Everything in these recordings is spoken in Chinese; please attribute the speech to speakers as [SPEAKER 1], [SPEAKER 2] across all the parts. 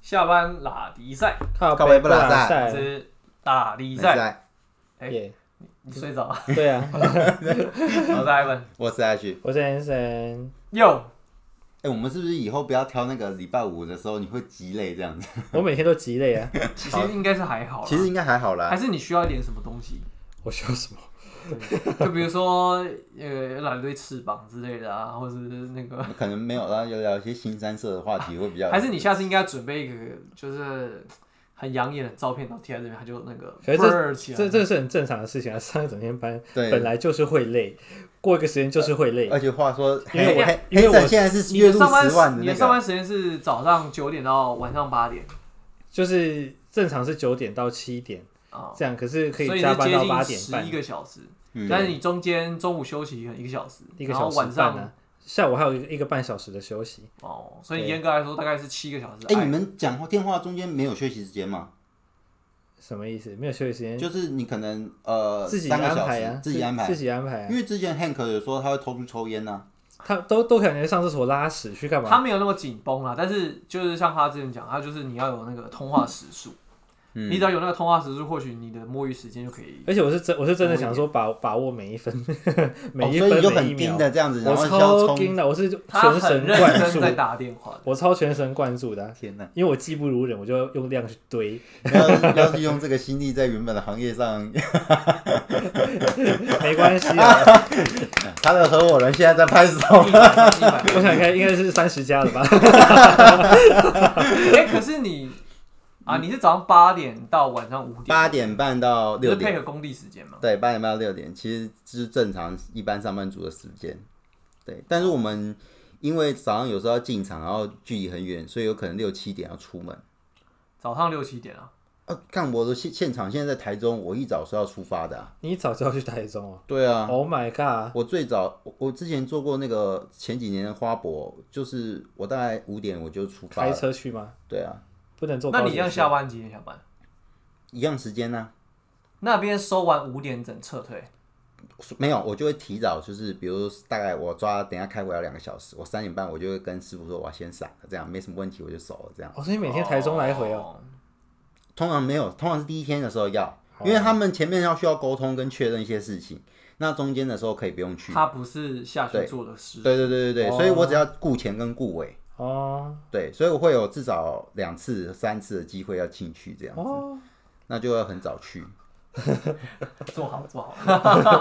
[SPEAKER 1] 下班拉迪赛
[SPEAKER 2] 靠
[SPEAKER 3] 靠
[SPEAKER 2] 北
[SPEAKER 3] 北不拉塞
[SPEAKER 2] 塞，
[SPEAKER 1] 之打迪
[SPEAKER 3] 没
[SPEAKER 1] 赛，
[SPEAKER 3] 在，
[SPEAKER 1] 哎
[SPEAKER 2] 耶，
[SPEAKER 1] 你睡着了？
[SPEAKER 2] 对啊，
[SPEAKER 1] 我是艾文，
[SPEAKER 3] 我是 H。
[SPEAKER 2] 我是 Anson，
[SPEAKER 1] 又
[SPEAKER 3] 哎、我们是不是以后不要挑那个礼拜五的时候你会积累这样子？
[SPEAKER 2] 我每天都急累 啊，
[SPEAKER 1] 其实应该是还好啦，
[SPEAKER 3] 其实应该还好
[SPEAKER 1] 还
[SPEAKER 3] 啦。
[SPEAKER 1] 是你需要一点什么东西，
[SPEAKER 2] 我需要什么？
[SPEAKER 1] 就比如说呃来对翅膀之类的啊，或者是那个，
[SPEAKER 3] 可能没有啦，有聊一些新三色的话题会比较。
[SPEAKER 1] 还是你下次应该准备一个就是很养眼的照片，然后贴在这边，它就那个
[SPEAKER 2] 可是
[SPEAKER 1] 啵儿起来
[SPEAKER 2] 这这是很正常的事情啊，上一整天班
[SPEAKER 3] 对呃
[SPEAKER 2] 本来就是会累，过一个时间就是会累。呃
[SPEAKER 3] 而且话说，
[SPEAKER 2] 因为
[SPEAKER 3] 黑
[SPEAKER 2] 我
[SPEAKER 3] 黑
[SPEAKER 2] 因为
[SPEAKER 3] 黑
[SPEAKER 2] 我
[SPEAKER 3] 仔现在是
[SPEAKER 1] 你的
[SPEAKER 3] 月入
[SPEAKER 1] 上班
[SPEAKER 3] 十万的
[SPEAKER 1] 你
[SPEAKER 3] 那
[SPEAKER 1] 的上
[SPEAKER 3] 个，
[SPEAKER 1] 班时间是早上九点到晚上八点
[SPEAKER 2] 就是正常是九点到七点
[SPEAKER 1] 啊，
[SPEAKER 2] 这样，可是可
[SPEAKER 1] 所
[SPEAKER 2] 以
[SPEAKER 1] 以
[SPEAKER 2] 加
[SPEAKER 1] 是
[SPEAKER 2] 班
[SPEAKER 1] 接
[SPEAKER 2] 到八
[SPEAKER 1] 近
[SPEAKER 2] 点
[SPEAKER 1] 十
[SPEAKER 2] 半
[SPEAKER 1] 一，个小时。
[SPEAKER 3] 嗯
[SPEAKER 1] 但是你中间中午休息一个小时，
[SPEAKER 2] 一个
[SPEAKER 1] 然后
[SPEAKER 2] 小
[SPEAKER 1] 晚
[SPEAKER 2] 时半啊
[SPEAKER 1] 上
[SPEAKER 2] 呢。下午还有一个一个半小时的休息，
[SPEAKER 1] 哦，所以
[SPEAKER 2] 对
[SPEAKER 1] 严格来说大概是七个小时。
[SPEAKER 3] 哎、你们讲话电话中间没有休息时间吗？
[SPEAKER 2] 什么意思？没有休息时间，
[SPEAKER 3] 就是你可能呃
[SPEAKER 2] 嗯自己
[SPEAKER 3] 三个
[SPEAKER 2] 安
[SPEAKER 3] 小
[SPEAKER 2] 排
[SPEAKER 3] 时
[SPEAKER 2] 啊，
[SPEAKER 3] 自己安排
[SPEAKER 2] 自，己安排啊
[SPEAKER 3] 因。为之前 Hank 有说他会偷出抽烟呢、
[SPEAKER 2] 他都都感觉上厕所拉屎去干嘛？
[SPEAKER 1] 哎他没有那么紧绷啦，但是就是像他之前讲，他就是你要有那个通话时数，
[SPEAKER 3] 嗯
[SPEAKER 2] 嗯
[SPEAKER 1] 你只要有那个通话时数，或许你的摸鱼时间就可以。
[SPEAKER 2] 而且我是真我是真的想说把把握每一分每一
[SPEAKER 3] 哦、所以你就
[SPEAKER 2] 分每一秒
[SPEAKER 3] 很盯，的这样子，然
[SPEAKER 2] 我
[SPEAKER 3] 后要
[SPEAKER 2] 超
[SPEAKER 3] 冲。
[SPEAKER 2] 盯的，我是
[SPEAKER 1] 他
[SPEAKER 2] 全
[SPEAKER 1] 很
[SPEAKER 2] 神
[SPEAKER 1] 认
[SPEAKER 2] 贯
[SPEAKER 1] 真
[SPEAKER 2] 注，
[SPEAKER 1] 在打电话，
[SPEAKER 2] 我超全神贯注的啊，
[SPEAKER 3] 天哪！
[SPEAKER 2] 因为我技不如人，我就用量去堆。
[SPEAKER 3] 要要是用这个心力在原本的行业上，
[SPEAKER 2] 没关系啊，
[SPEAKER 3] 他的合伙人现在在拍手。
[SPEAKER 1] 一百分一百分
[SPEAKER 2] 我想应该应该是三十加了吧？
[SPEAKER 1] 哎，可是你啊，你是早上八点到晚上五点，
[SPEAKER 3] 八点半到
[SPEAKER 1] 就
[SPEAKER 3] 六
[SPEAKER 1] 是配
[SPEAKER 3] 点，
[SPEAKER 1] 合工地时间嘛？
[SPEAKER 3] 对，八点半到六点，其实是正常一般上班族的时间。对，但是我们因为早上有时候要进场，然后距离很远，所以有可能六七点要出门。
[SPEAKER 1] 早上六七点啊，
[SPEAKER 3] 啊，看我的现现场现在在台中，我一早是要出发的、啊。
[SPEAKER 2] 你早知道去台中哦。
[SPEAKER 3] 对啊，
[SPEAKER 2] Oh my god！
[SPEAKER 3] 我最早我我之前做过那个前几年的花博，就是我大概五点我就出发
[SPEAKER 2] 开
[SPEAKER 3] 了。
[SPEAKER 2] 车去吗？
[SPEAKER 3] 对啊，
[SPEAKER 2] 不能坐
[SPEAKER 1] 那
[SPEAKER 2] 高
[SPEAKER 1] 你这
[SPEAKER 2] 铁
[SPEAKER 1] 样
[SPEAKER 2] 去。
[SPEAKER 1] 下班几点下班？
[SPEAKER 3] 一样时间呢、啊
[SPEAKER 1] 那边收完五点整撤退，
[SPEAKER 3] 没有，我就会提早，就是比如大概我抓等一下开会要两个小时，我三点半我就会跟师傅说我要先闪了，这样没什么问题我就走了。这样
[SPEAKER 2] 哦，所以每天台中来回哦。
[SPEAKER 1] 哦。
[SPEAKER 3] 通常没有，通常是第一天的时候要，因为他们前面要需要沟通跟确认一些事情，那中间的时候可以不用去。
[SPEAKER 1] 他不是下去做的事，
[SPEAKER 3] 对对对对对，
[SPEAKER 2] 哦
[SPEAKER 3] 所以我只要顾前跟顾尾，
[SPEAKER 2] 哦
[SPEAKER 3] 对，所以我会有至少两次、三次的机会要进去这样子，
[SPEAKER 2] 哦，
[SPEAKER 3] 那就要很早去。
[SPEAKER 1] 做好做好。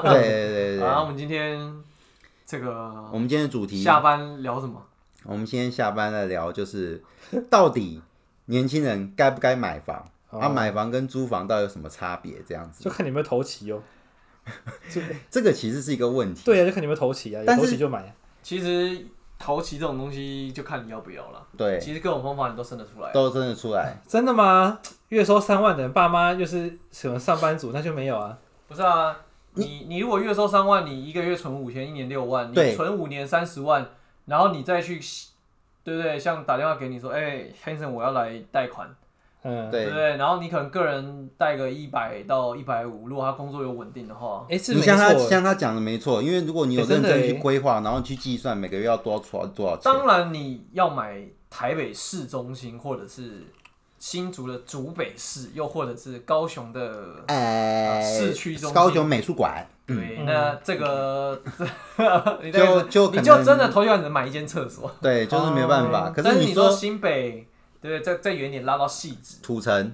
[SPEAKER 3] 对对对对对，
[SPEAKER 1] 然后我们今天这个
[SPEAKER 3] 我们今天的呃主题，
[SPEAKER 1] 下班聊什么？
[SPEAKER 3] 我们今天下班来聊就是到底年轻人该不该买房？
[SPEAKER 2] 哦
[SPEAKER 3] 啊，买房跟租房到底有什么差别？这样子，
[SPEAKER 2] 就看你有没有头期哦。
[SPEAKER 3] 这个其实是一个问题。
[SPEAKER 2] 对啊，就看你有没有头期啊，有
[SPEAKER 3] 但
[SPEAKER 2] 头
[SPEAKER 3] 是
[SPEAKER 2] 期就买啊。
[SPEAKER 1] 其实投棋这种东西就看你要不要了。
[SPEAKER 3] 对，
[SPEAKER 1] 其实各种方法你都生得出来。
[SPEAKER 3] 都真的出来。
[SPEAKER 2] 真的吗？月收三万的人，爸妈又是什么上班族，那就没有啊。
[SPEAKER 1] 不是啊，你你如果月收三万，你一个月存五千，一年六万，你
[SPEAKER 3] 对
[SPEAKER 1] 存五年三十万，然后你再去，对不对？像打电话给你说，哎、先生，我要来贷款，
[SPEAKER 2] 嗯，
[SPEAKER 1] 对
[SPEAKER 3] 对
[SPEAKER 1] 不，对？然后你可能个人贷个一百到一百五，如果他工作有稳定的话，
[SPEAKER 2] 哎，是
[SPEAKER 3] 你
[SPEAKER 2] 没
[SPEAKER 3] 像他
[SPEAKER 2] 错。
[SPEAKER 3] 像他讲的没错，因为如果你有
[SPEAKER 2] 欸真
[SPEAKER 3] 认
[SPEAKER 2] 的
[SPEAKER 3] 真去
[SPEAKER 2] 欸
[SPEAKER 3] 规划，然后去计算每个月要多少多少钱，
[SPEAKER 1] 当然你要买台北市中心或者是新竹的竹北市，又或者是高雄的。
[SPEAKER 3] 哎，
[SPEAKER 1] 市区中心
[SPEAKER 3] 高雄美术馆，
[SPEAKER 1] 对，
[SPEAKER 2] 嗯
[SPEAKER 1] 那这 个你大概
[SPEAKER 3] 就就可
[SPEAKER 1] 你
[SPEAKER 3] 能
[SPEAKER 1] 就真的投票只能买一间厕所。
[SPEAKER 3] 对，就是没办法。
[SPEAKER 2] 哦
[SPEAKER 3] 可
[SPEAKER 1] 但
[SPEAKER 3] 是
[SPEAKER 1] 你
[SPEAKER 3] 说
[SPEAKER 1] 新北，对，再再远一点拉到细致，
[SPEAKER 3] 土城、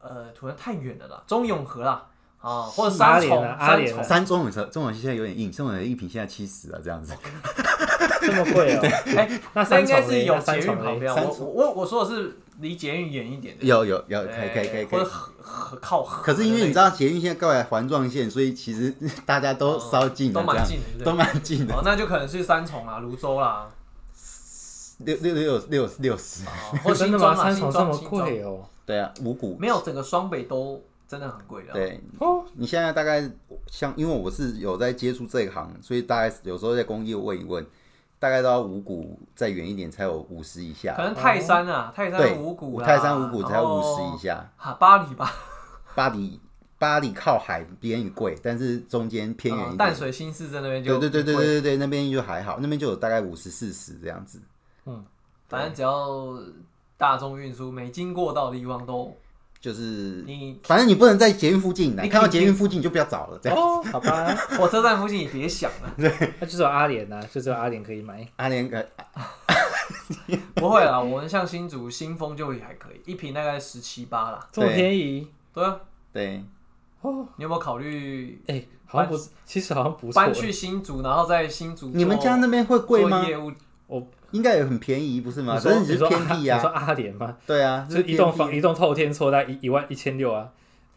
[SPEAKER 1] 呃，土城太远了啦，中永和啦，啊，或者
[SPEAKER 2] 阿
[SPEAKER 1] 三
[SPEAKER 2] 联
[SPEAKER 1] 重，
[SPEAKER 2] 啊阿
[SPEAKER 1] 三
[SPEAKER 2] 联
[SPEAKER 1] 重
[SPEAKER 2] 啊，
[SPEAKER 3] 三中文车，中文现在有点硬，中文的一瓶现在七十了这样子。
[SPEAKER 2] 这么贵哦。
[SPEAKER 1] 哎，
[SPEAKER 2] 那
[SPEAKER 1] 那
[SPEAKER 2] 三
[SPEAKER 1] 应该
[SPEAKER 2] 重
[SPEAKER 1] 是
[SPEAKER 2] 嘞
[SPEAKER 1] 有
[SPEAKER 2] 那
[SPEAKER 1] 捷
[SPEAKER 2] 三
[SPEAKER 1] 运
[SPEAKER 2] 重
[SPEAKER 1] 旁
[SPEAKER 2] 嘞
[SPEAKER 1] 边啊。
[SPEAKER 3] 三
[SPEAKER 1] 我
[SPEAKER 3] 重
[SPEAKER 1] 我我说的是离捷运远一点的，
[SPEAKER 3] 有有有，可
[SPEAKER 1] 哎
[SPEAKER 3] 以可以可以
[SPEAKER 1] 或
[SPEAKER 3] 可
[SPEAKER 1] 者
[SPEAKER 3] 以。
[SPEAKER 1] 河河靠河的那种。
[SPEAKER 3] 可是因为你知道捷运现在过来环状线，所以其实 大家都稍近
[SPEAKER 1] 哦都
[SPEAKER 3] 了，这
[SPEAKER 1] 蛮
[SPEAKER 3] 样
[SPEAKER 1] 近的，对不对
[SPEAKER 3] 都蛮近的，
[SPEAKER 1] 哦，那就可能是三重啦、泸州啦，
[SPEAKER 3] 六六六六六十，
[SPEAKER 1] 啊或
[SPEAKER 2] 真
[SPEAKER 1] 新
[SPEAKER 2] 的
[SPEAKER 1] 庄
[SPEAKER 2] 吗？
[SPEAKER 1] 啦，
[SPEAKER 2] 三
[SPEAKER 1] 新
[SPEAKER 2] 重这
[SPEAKER 1] 庄
[SPEAKER 2] 么
[SPEAKER 1] 新庄，
[SPEAKER 2] 贵哦？
[SPEAKER 3] 对啊，五股
[SPEAKER 1] 没有整个双北都真的很贵的。，
[SPEAKER 3] 对，
[SPEAKER 2] 哦，
[SPEAKER 3] 你现在大概像，因为我是有在接触这一行，所以大概有时候在工业问一问，大概都要五股再远一点才有五十以
[SPEAKER 1] 可
[SPEAKER 3] 下，
[SPEAKER 1] 能泰山啊，泰
[SPEAKER 3] 对
[SPEAKER 1] 山五股啦，哦
[SPEAKER 3] 泰山五股才
[SPEAKER 1] 然
[SPEAKER 3] 有
[SPEAKER 1] 后
[SPEAKER 3] 五十以下，
[SPEAKER 1] 啊，巴黎吧，
[SPEAKER 3] 巴黎巴黎靠海边贵，但是中间偏远
[SPEAKER 1] 嗯
[SPEAKER 3] 一
[SPEAKER 1] 淡
[SPEAKER 3] 点，
[SPEAKER 1] 水新市镇那边就
[SPEAKER 3] 对对对对
[SPEAKER 1] 贵
[SPEAKER 3] 对对对，那边就还好，那边就有大概五十四十这样子，
[SPEAKER 1] 反正只要，大众运输没经过到的地方都
[SPEAKER 3] 就是
[SPEAKER 1] 你
[SPEAKER 3] 反正你不能在捷运附近来，
[SPEAKER 1] 你
[SPEAKER 3] 看到
[SPEAKER 1] 可以
[SPEAKER 3] 捷运附近你就不要找了，这样。
[SPEAKER 2] 哦，好吧，
[SPEAKER 1] 火车站附近你别想了，
[SPEAKER 2] 那就只有阿联呐、就只有阿联可以买。
[SPEAKER 3] 阿联呃，
[SPEAKER 1] 不会啦，我们像新竹新丰就也还可以，一瓶大概十七八啦。
[SPEAKER 2] 这么
[SPEAKER 3] 对
[SPEAKER 2] 便宜
[SPEAKER 1] 对啊，
[SPEAKER 3] 对，
[SPEAKER 2] 哦，
[SPEAKER 1] 你有没有考虑
[SPEAKER 2] 哎、好像不，其实好像不错欸
[SPEAKER 1] 搬。去新竹，然后在新竹
[SPEAKER 3] 你们
[SPEAKER 1] 做
[SPEAKER 3] 家那边会贵吗
[SPEAKER 1] 做？业务
[SPEAKER 3] 应该也很便宜，不是吗？
[SPEAKER 2] 你
[SPEAKER 3] 但
[SPEAKER 2] 说
[SPEAKER 3] 是
[SPEAKER 2] 你
[SPEAKER 3] 只是
[SPEAKER 2] 说
[SPEAKER 3] 偏
[SPEAKER 2] 阿
[SPEAKER 3] 僻
[SPEAKER 2] 你说
[SPEAKER 3] 啊，
[SPEAKER 2] 阿联吗？
[SPEAKER 3] 对啊，
[SPEAKER 2] 就是一
[SPEAKER 3] 偏
[SPEAKER 2] 栋
[SPEAKER 3] 僻
[SPEAKER 2] 房一栋透天厝，大概一一万一千六啊，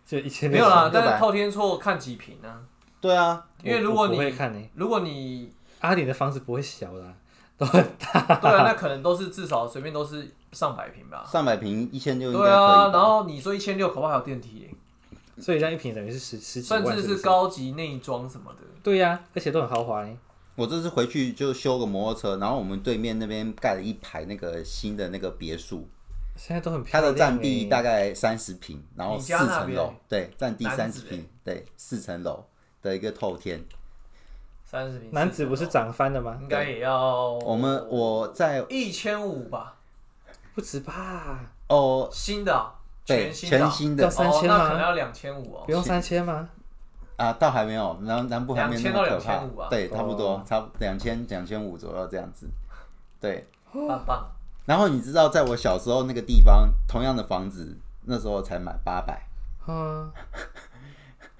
[SPEAKER 2] 就一千
[SPEAKER 1] 没
[SPEAKER 2] 六。
[SPEAKER 1] 有啦？
[SPEAKER 3] 对吧
[SPEAKER 1] 但是透天错看几瓶啊？
[SPEAKER 3] 对啊，
[SPEAKER 1] 因为如果
[SPEAKER 2] 我不
[SPEAKER 1] 你
[SPEAKER 2] 会看呢、
[SPEAKER 1] 如果你
[SPEAKER 2] 阿联的房子不会小啦，
[SPEAKER 1] 对啊，那可能都是至少随便都是上百平吧。
[SPEAKER 3] 上百平一千六应该可
[SPEAKER 1] 对
[SPEAKER 3] 以
[SPEAKER 1] 啊，然
[SPEAKER 3] 吧。
[SPEAKER 1] 后你说一千六，搞不好还有电梯耶，
[SPEAKER 2] 所以这样一平等于是十十几
[SPEAKER 1] 甚
[SPEAKER 2] 万
[SPEAKER 1] 至
[SPEAKER 2] 是不
[SPEAKER 1] 是
[SPEAKER 2] 是。
[SPEAKER 1] 高级内装什么的。
[SPEAKER 2] 对呀、而且都很豪华呢。
[SPEAKER 3] 我这次回去就修个摩托车，然后我们对面那边盖了一排那个新的那个别墅，
[SPEAKER 2] 现在都很漂
[SPEAKER 3] 它
[SPEAKER 2] 亮、
[SPEAKER 3] 的
[SPEAKER 2] 欸。
[SPEAKER 3] 占地大概三十平，然后
[SPEAKER 1] 你
[SPEAKER 3] 四
[SPEAKER 1] 家那
[SPEAKER 3] 层
[SPEAKER 1] 边
[SPEAKER 3] 楼，对，占地
[SPEAKER 1] 男
[SPEAKER 3] 三
[SPEAKER 1] 子
[SPEAKER 3] 十
[SPEAKER 1] 欸
[SPEAKER 3] 平，对，四层楼的一个透天。
[SPEAKER 1] 三十平，
[SPEAKER 2] 男子不是涨翻了吗？
[SPEAKER 1] 应该也要
[SPEAKER 3] 我们我在
[SPEAKER 1] 一千五吧，
[SPEAKER 2] 不止吧？
[SPEAKER 3] 哦，
[SPEAKER 1] 新的啊
[SPEAKER 3] 对，
[SPEAKER 1] 新的
[SPEAKER 3] 全
[SPEAKER 1] 啊
[SPEAKER 3] 新的
[SPEAKER 2] 要三千
[SPEAKER 1] 哦，那
[SPEAKER 2] 吗
[SPEAKER 1] 可能要两千五哦
[SPEAKER 2] 不。用三千吗？
[SPEAKER 3] 啊，倒还没有，南南部还没有那么可
[SPEAKER 1] 2000到
[SPEAKER 3] 怕
[SPEAKER 1] 2500吧，
[SPEAKER 3] 对，差不多
[SPEAKER 2] 哦，
[SPEAKER 3] 差两千两千五左右这样子，对。
[SPEAKER 1] 棒棒，
[SPEAKER 3] 然后你知道，在我小时候那个地方，同样的房子，那时候才买八百，
[SPEAKER 2] 嗯，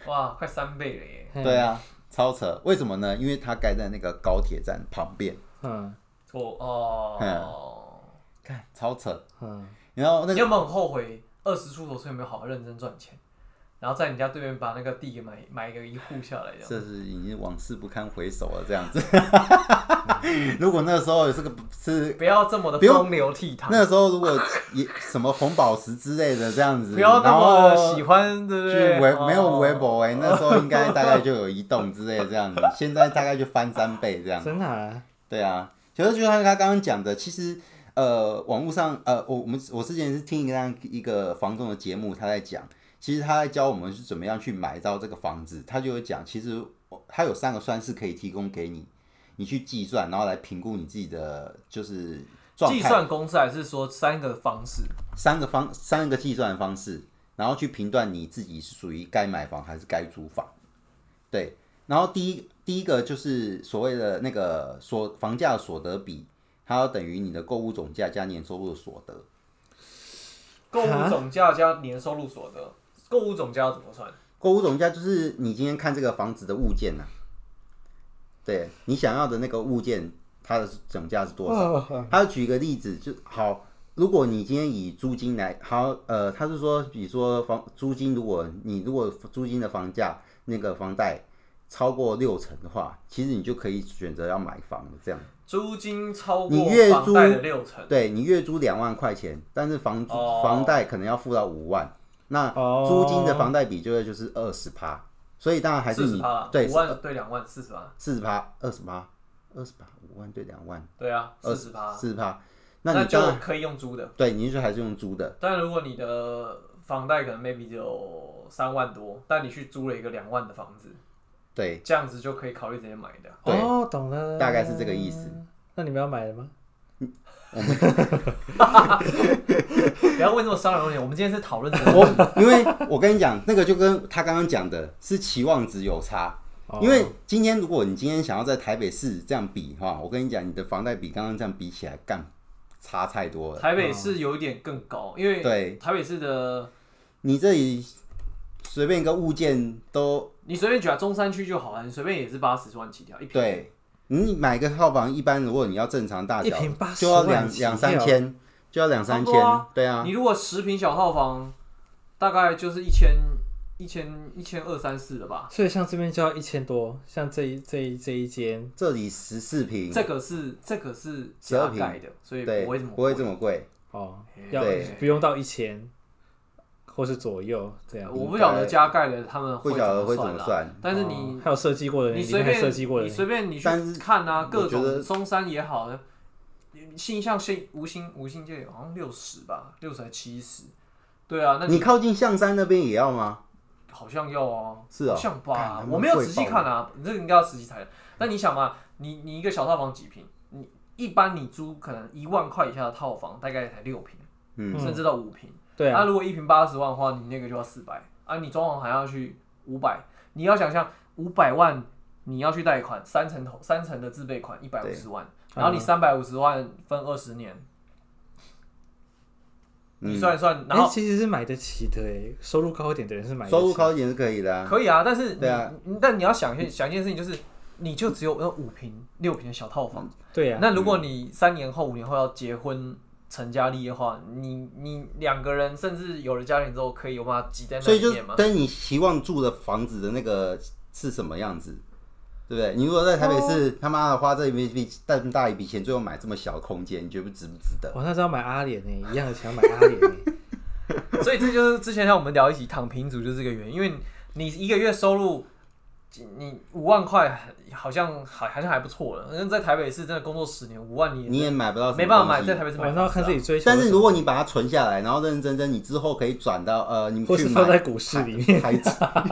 [SPEAKER 1] 哇，快三倍了耶！
[SPEAKER 2] 嘿
[SPEAKER 3] 对，啊，超扯。为什么呢？因为它盖在那个高铁站旁边，
[SPEAKER 2] 嗯
[SPEAKER 1] 我
[SPEAKER 3] 嗯
[SPEAKER 1] 哦，
[SPEAKER 3] 看 超扯。
[SPEAKER 2] 嗯，
[SPEAKER 3] 然后那
[SPEAKER 1] 你
[SPEAKER 3] 个
[SPEAKER 1] 有没有很后悔二十出头岁没有好好认真赚钱，然后在你家对面把那个地给买买个一户下来这样？
[SPEAKER 3] 这是已经往事不堪回首了，这样子。 如果那时候有这个是
[SPEAKER 1] 不要这么的
[SPEAKER 3] 不用
[SPEAKER 1] 风流倜傥，
[SPEAKER 3] 那时候如果也什么红宝石之类的这样子，
[SPEAKER 1] 不要那
[SPEAKER 3] 然
[SPEAKER 1] 么
[SPEAKER 3] 后
[SPEAKER 1] 的喜欢，对不哦对？
[SPEAKER 3] 去微没有微
[SPEAKER 1] 博，
[SPEAKER 3] 博哎，那时候应该大概就有一栋之类的这样子，现在大概就翻三倍 这样。
[SPEAKER 2] 真的、啊，
[SPEAKER 3] 对啊，其实就像他刚刚讲的，其实呃，网络上呃，我我们我之前是听一个一个房东的节目，他在讲，其实他在教我们是怎么样去买到这个房子，他就有讲，其实他有三个算式可以提供给你，你去计算，然后来评估你自己的就是状
[SPEAKER 1] 计
[SPEAKER 3] 态，
[SPEAKER 1] 算公式还是说三个方式？
[SPEAKER 3] 三个方三个计算方式，然后去评断你自己是属于该买房还是该租房。对，然后第一第一个就是所谓的那个所房价所得比，它要等于你的购物总价加年收入的所得。
[SPEAKER 1] 购物总价加年收入所得，购物总价要怎么算？
[SPEAKER 3] 购物总价就是你今天看这个房子的物件呐、啊对你想要的那个物件，它的总价是多少？
[SPEAKER 2] 哦
[SPEAKER 3] 他举一个例子，就好，如果你今天以租金来，好，呃，他是说，比如说房租金，如果你如果租金的房价那个房贷超过六成的话，其实你就可以选择要买房了。这样，
[SPEAKER 1] 租金超
[SPEAKER 3] 你
[SPEAKER 1] 过
[SPEAKER 3] 月
[SPEAKER 1] 房
[SPEAKER 3] 租
[SPEAKER 1] 贷的六成，
[SPEAKER 3] 对你月租两万块钱，但是房租、
[SPEAKER 1] 哦
[SPEAKER 3] 房贷可能要付到五万，那
[SPEAKER 2] 哦
[SPEAKER 3] 啊租金的房贷比就会就是二十趴，所以当然还是
[SPEAKER 1] 四十
[SPEAKER 3] 你
[SPEAKER 1] 趴，
[SPEAKER 3] 对
[SPEAKER 1] 五万对两万，四十趴，
[SPEAKER 3] 四十趴，二十趴，二十趴，五万对两万，
[SPEAKER 1] 对啊，四十趴，
[SPEAKER 3] 四十趴，那
[SPEAKER 1] 那
[SPEAKER 3] 你当
[SPEAKER 1] 就
[SPEAKER 3] 然
[SPEAKER 1] 可以用租的。
[SPEAKER 3] 对，你就还是用租的。
[SPEAKER 1] 但如果你的房贷可能 maybe 只有三万多，但你去租了一个两万的房子，
[SPEAKER 3] 对，
[SPEAKER 1] 这样子就可以考虑直接买的。
[SPEAKER 3] 对
[SPEAKER 2] 哦，懂了，
[SPEAKER 3] 大概是这个意思。
[SPEAKER 2] 那你们要买了吗？
[SPEAKER 1] 不要问这么伤人的问题，我们今天是讨论这个。
[SPEAKER 3] 我因为我跟你讲，那个就跟他刚刚讲的是期望值有差。
[SPEAKER 2] 哦
[SPEAKER 3] 因为今天如果你今天想要在台北市这样比哈，我跟你讲，你的房贷比刚刚这样比起来，干差太多了。
[SPEAKER 1] 台北市有一点更高，因为
[SPEAKER 3] 对
[SPEAKER 1] 台北市的
[SPEAKER 3] 你这里随便一个物件都
[SPEAKER 1] 你随便举啊，中山区就好了，你随便也是八十万起跳一平。
[SPEAKER 3] 对，你买个套房一般，如果你要正常大
[SPEAKER 2] 一
[SPEAKER 3] 小
[SPEAKER 2] 平80，
[SPEAKER 3] 就要
[SPEAKER 2] 万
[SPEAKER 3] 两
[SPEAKER 2] 起跳
[SPEAKER 3] 两三千，就要两
[SPEAKER 1] 差
[SPEAKER 3] 三
[SPEAKER 1] 不
[SPEAKER 3] 千
[SPEAKER 1] 多啊，
[SPEAKER 3] 对啊，
[SPEAKER 1] 你如果十平小套房，大概就是一千一千一千二三四了吧？
[SPEAKER 2] 所以像这边就要一千多，像这一这一这一间，
[SPEAKER 3] 这里十四平，
[SPEAKER 1] 这个是这个是
[SPEAKER 3] 十二
[SPEAKER 1] 加
[SPEAKER 3] 平
[SPEAKER 1] 盖的，所以
[SPEAKER 3] 对，
[SPEAKER 1] 不会这么
[SPEAKER 3] 不会这么贵。
[SPEAKER 2] 哦，
[SPEAKER 1] 嘿
[SPEAKER 2] 要
[SPEAKER 3] 对
[SPEAKER 2] 不用到一千，或是左右这样。
[SPEAKER 1] 我不晓得加盖的他们
[SPEAKER 3] 不
[SPEAKER 1] 呃会
[SPEAKER 3] 晓得会
[SPEAKER 1] 怎
[SPEAKER 3] 怎
[SPEAKER 1] 么
[SPEAKER 3] 么
[SPEAKER 1] 啦
[SPEAKER 3] 算
[SPEAKER 1] 但是你、
[SPEAKER 2] 哦还有设计过的人，
[SPEAKER 1] 你
[SPEAKER 2] 里
[SPEAKER 1] 随
[SPEAKER 2] 面还
[SPEAKER 1] 便
[SPEAKER 2] 设计过的
[SPEAKER 1] 你
[SPEAKER 2] 人，
[SPEAKER 1] 随便你去
[SPEAKER 3] 但是
[SPEAKER 1] 看啊，
[SPEAKER 3] 我
[SPEAKER 1] 各
[SPEAKER 3] 觉
[SPEAKER 1] 种
[SPEAKER 3] 得
[SPEAKER 1] 松山也好，新像新无心无心界好像六十吧，六十还七十，对啊，那
[SPEAKER 3] 你靠近象山那边也要吗？
[SPEAKER 1] 好像要啊，
[SPEAKER 3] 是啊
[SPEAKER 1] 好像
[SPEAKER 3] 干
[SPEAKER 1] 吧
[SPEAKER 3] 他，们
[SPEAKER 1] 我没有
[SPEAKER 3] 贵
[SPEAKER 1] 仔细
[SPEAKER 3] 爆
[SPEAKER 1] 看啊，你这个应该要仔细才。但你想嘛，你你一个小套房几平？你一般你租可能一万块以下的套房，大概才六平，嗯，甚至到五平。
[SPEAKER 2] 对
[SPEAKER 1] 啊，如果一平八十万的话，你那个就要四百啊，你装潢还要去五百，你要想象五百万你要去贷款三层头三层的自备款一百五十万，然后
[SPEAKER 3] 嗯
[SPEAKER 1] 你三百五十万分二十年，
[SPEAKER 3] 嗯
[SPEAKER 1] 你算一算，然
[SPEAKER 2] 哎
[SPEAKER 1] 后
[SPEAKER 2] 其实是买得起的诶，收入高一点的人是买得起
[SPEAKER 3] 收入高一点是可以的啊。
[SPEAKER 1] 可以啊，但是
[SPEAKER 3] 对啊
[SPEAKER 1] 你，但你要想一件想一件事情，就是你就只有那五平六平的小套
[SPEAKER 3] 嗯
[SPEAKER 1] 房，
[SPEAKER 2] 对啊
[SPEAKER 3] 啊
[SPEAKER 2] 呀、
[SPEAKER 1] 那如果你三年后、五年后要结婚成家立业的话，你你两个人甚至有了家庭之后，可以有办法挤在那
[SPEAKER 3] 所以
[SPEAKER 1] 里
[SPEAKER 3] 就
[SPEAKER 1] 面吗？
[SPEAKER 3] 跟你希望住的房子的那个是什么样子，对不对？你如果在台北市，他妈的花这一笔这么大一笔钱，最后买这么小的空间，你觉得值不值得？
[SPEAKER 2] 我那时候买阿联呢，一样的钱要买阿联呢。
[SPEAKER 1] 所以这就是之前像我们聊一起躺平族就是这个原因，因为你一个月收入你五万块好像还好像还不错了，因为在台北市真的工作十年五万你
[SPEAKER 3] 你也买不到，
[SPEAKER 1] 没办法买，在台北市买不
[SPEAKER 2] 我哦那
[SPEAKER 1] 到
[SPEAKER 2] 要看自己追求什
[SPEAKER 3] 但
[SPEAKER 2] 么，
[SPEAKER 3] 是如果你把它存下来，然后认认真真，你之后可以转到呃，你
[SPEAKER 2] 或
[SPEAKER 3] 去
[SPEAKER 2] 是
[SPEAKER 3] 买
[SPEAKER 2] 放在股市里面，
[SPEAKER 3] 台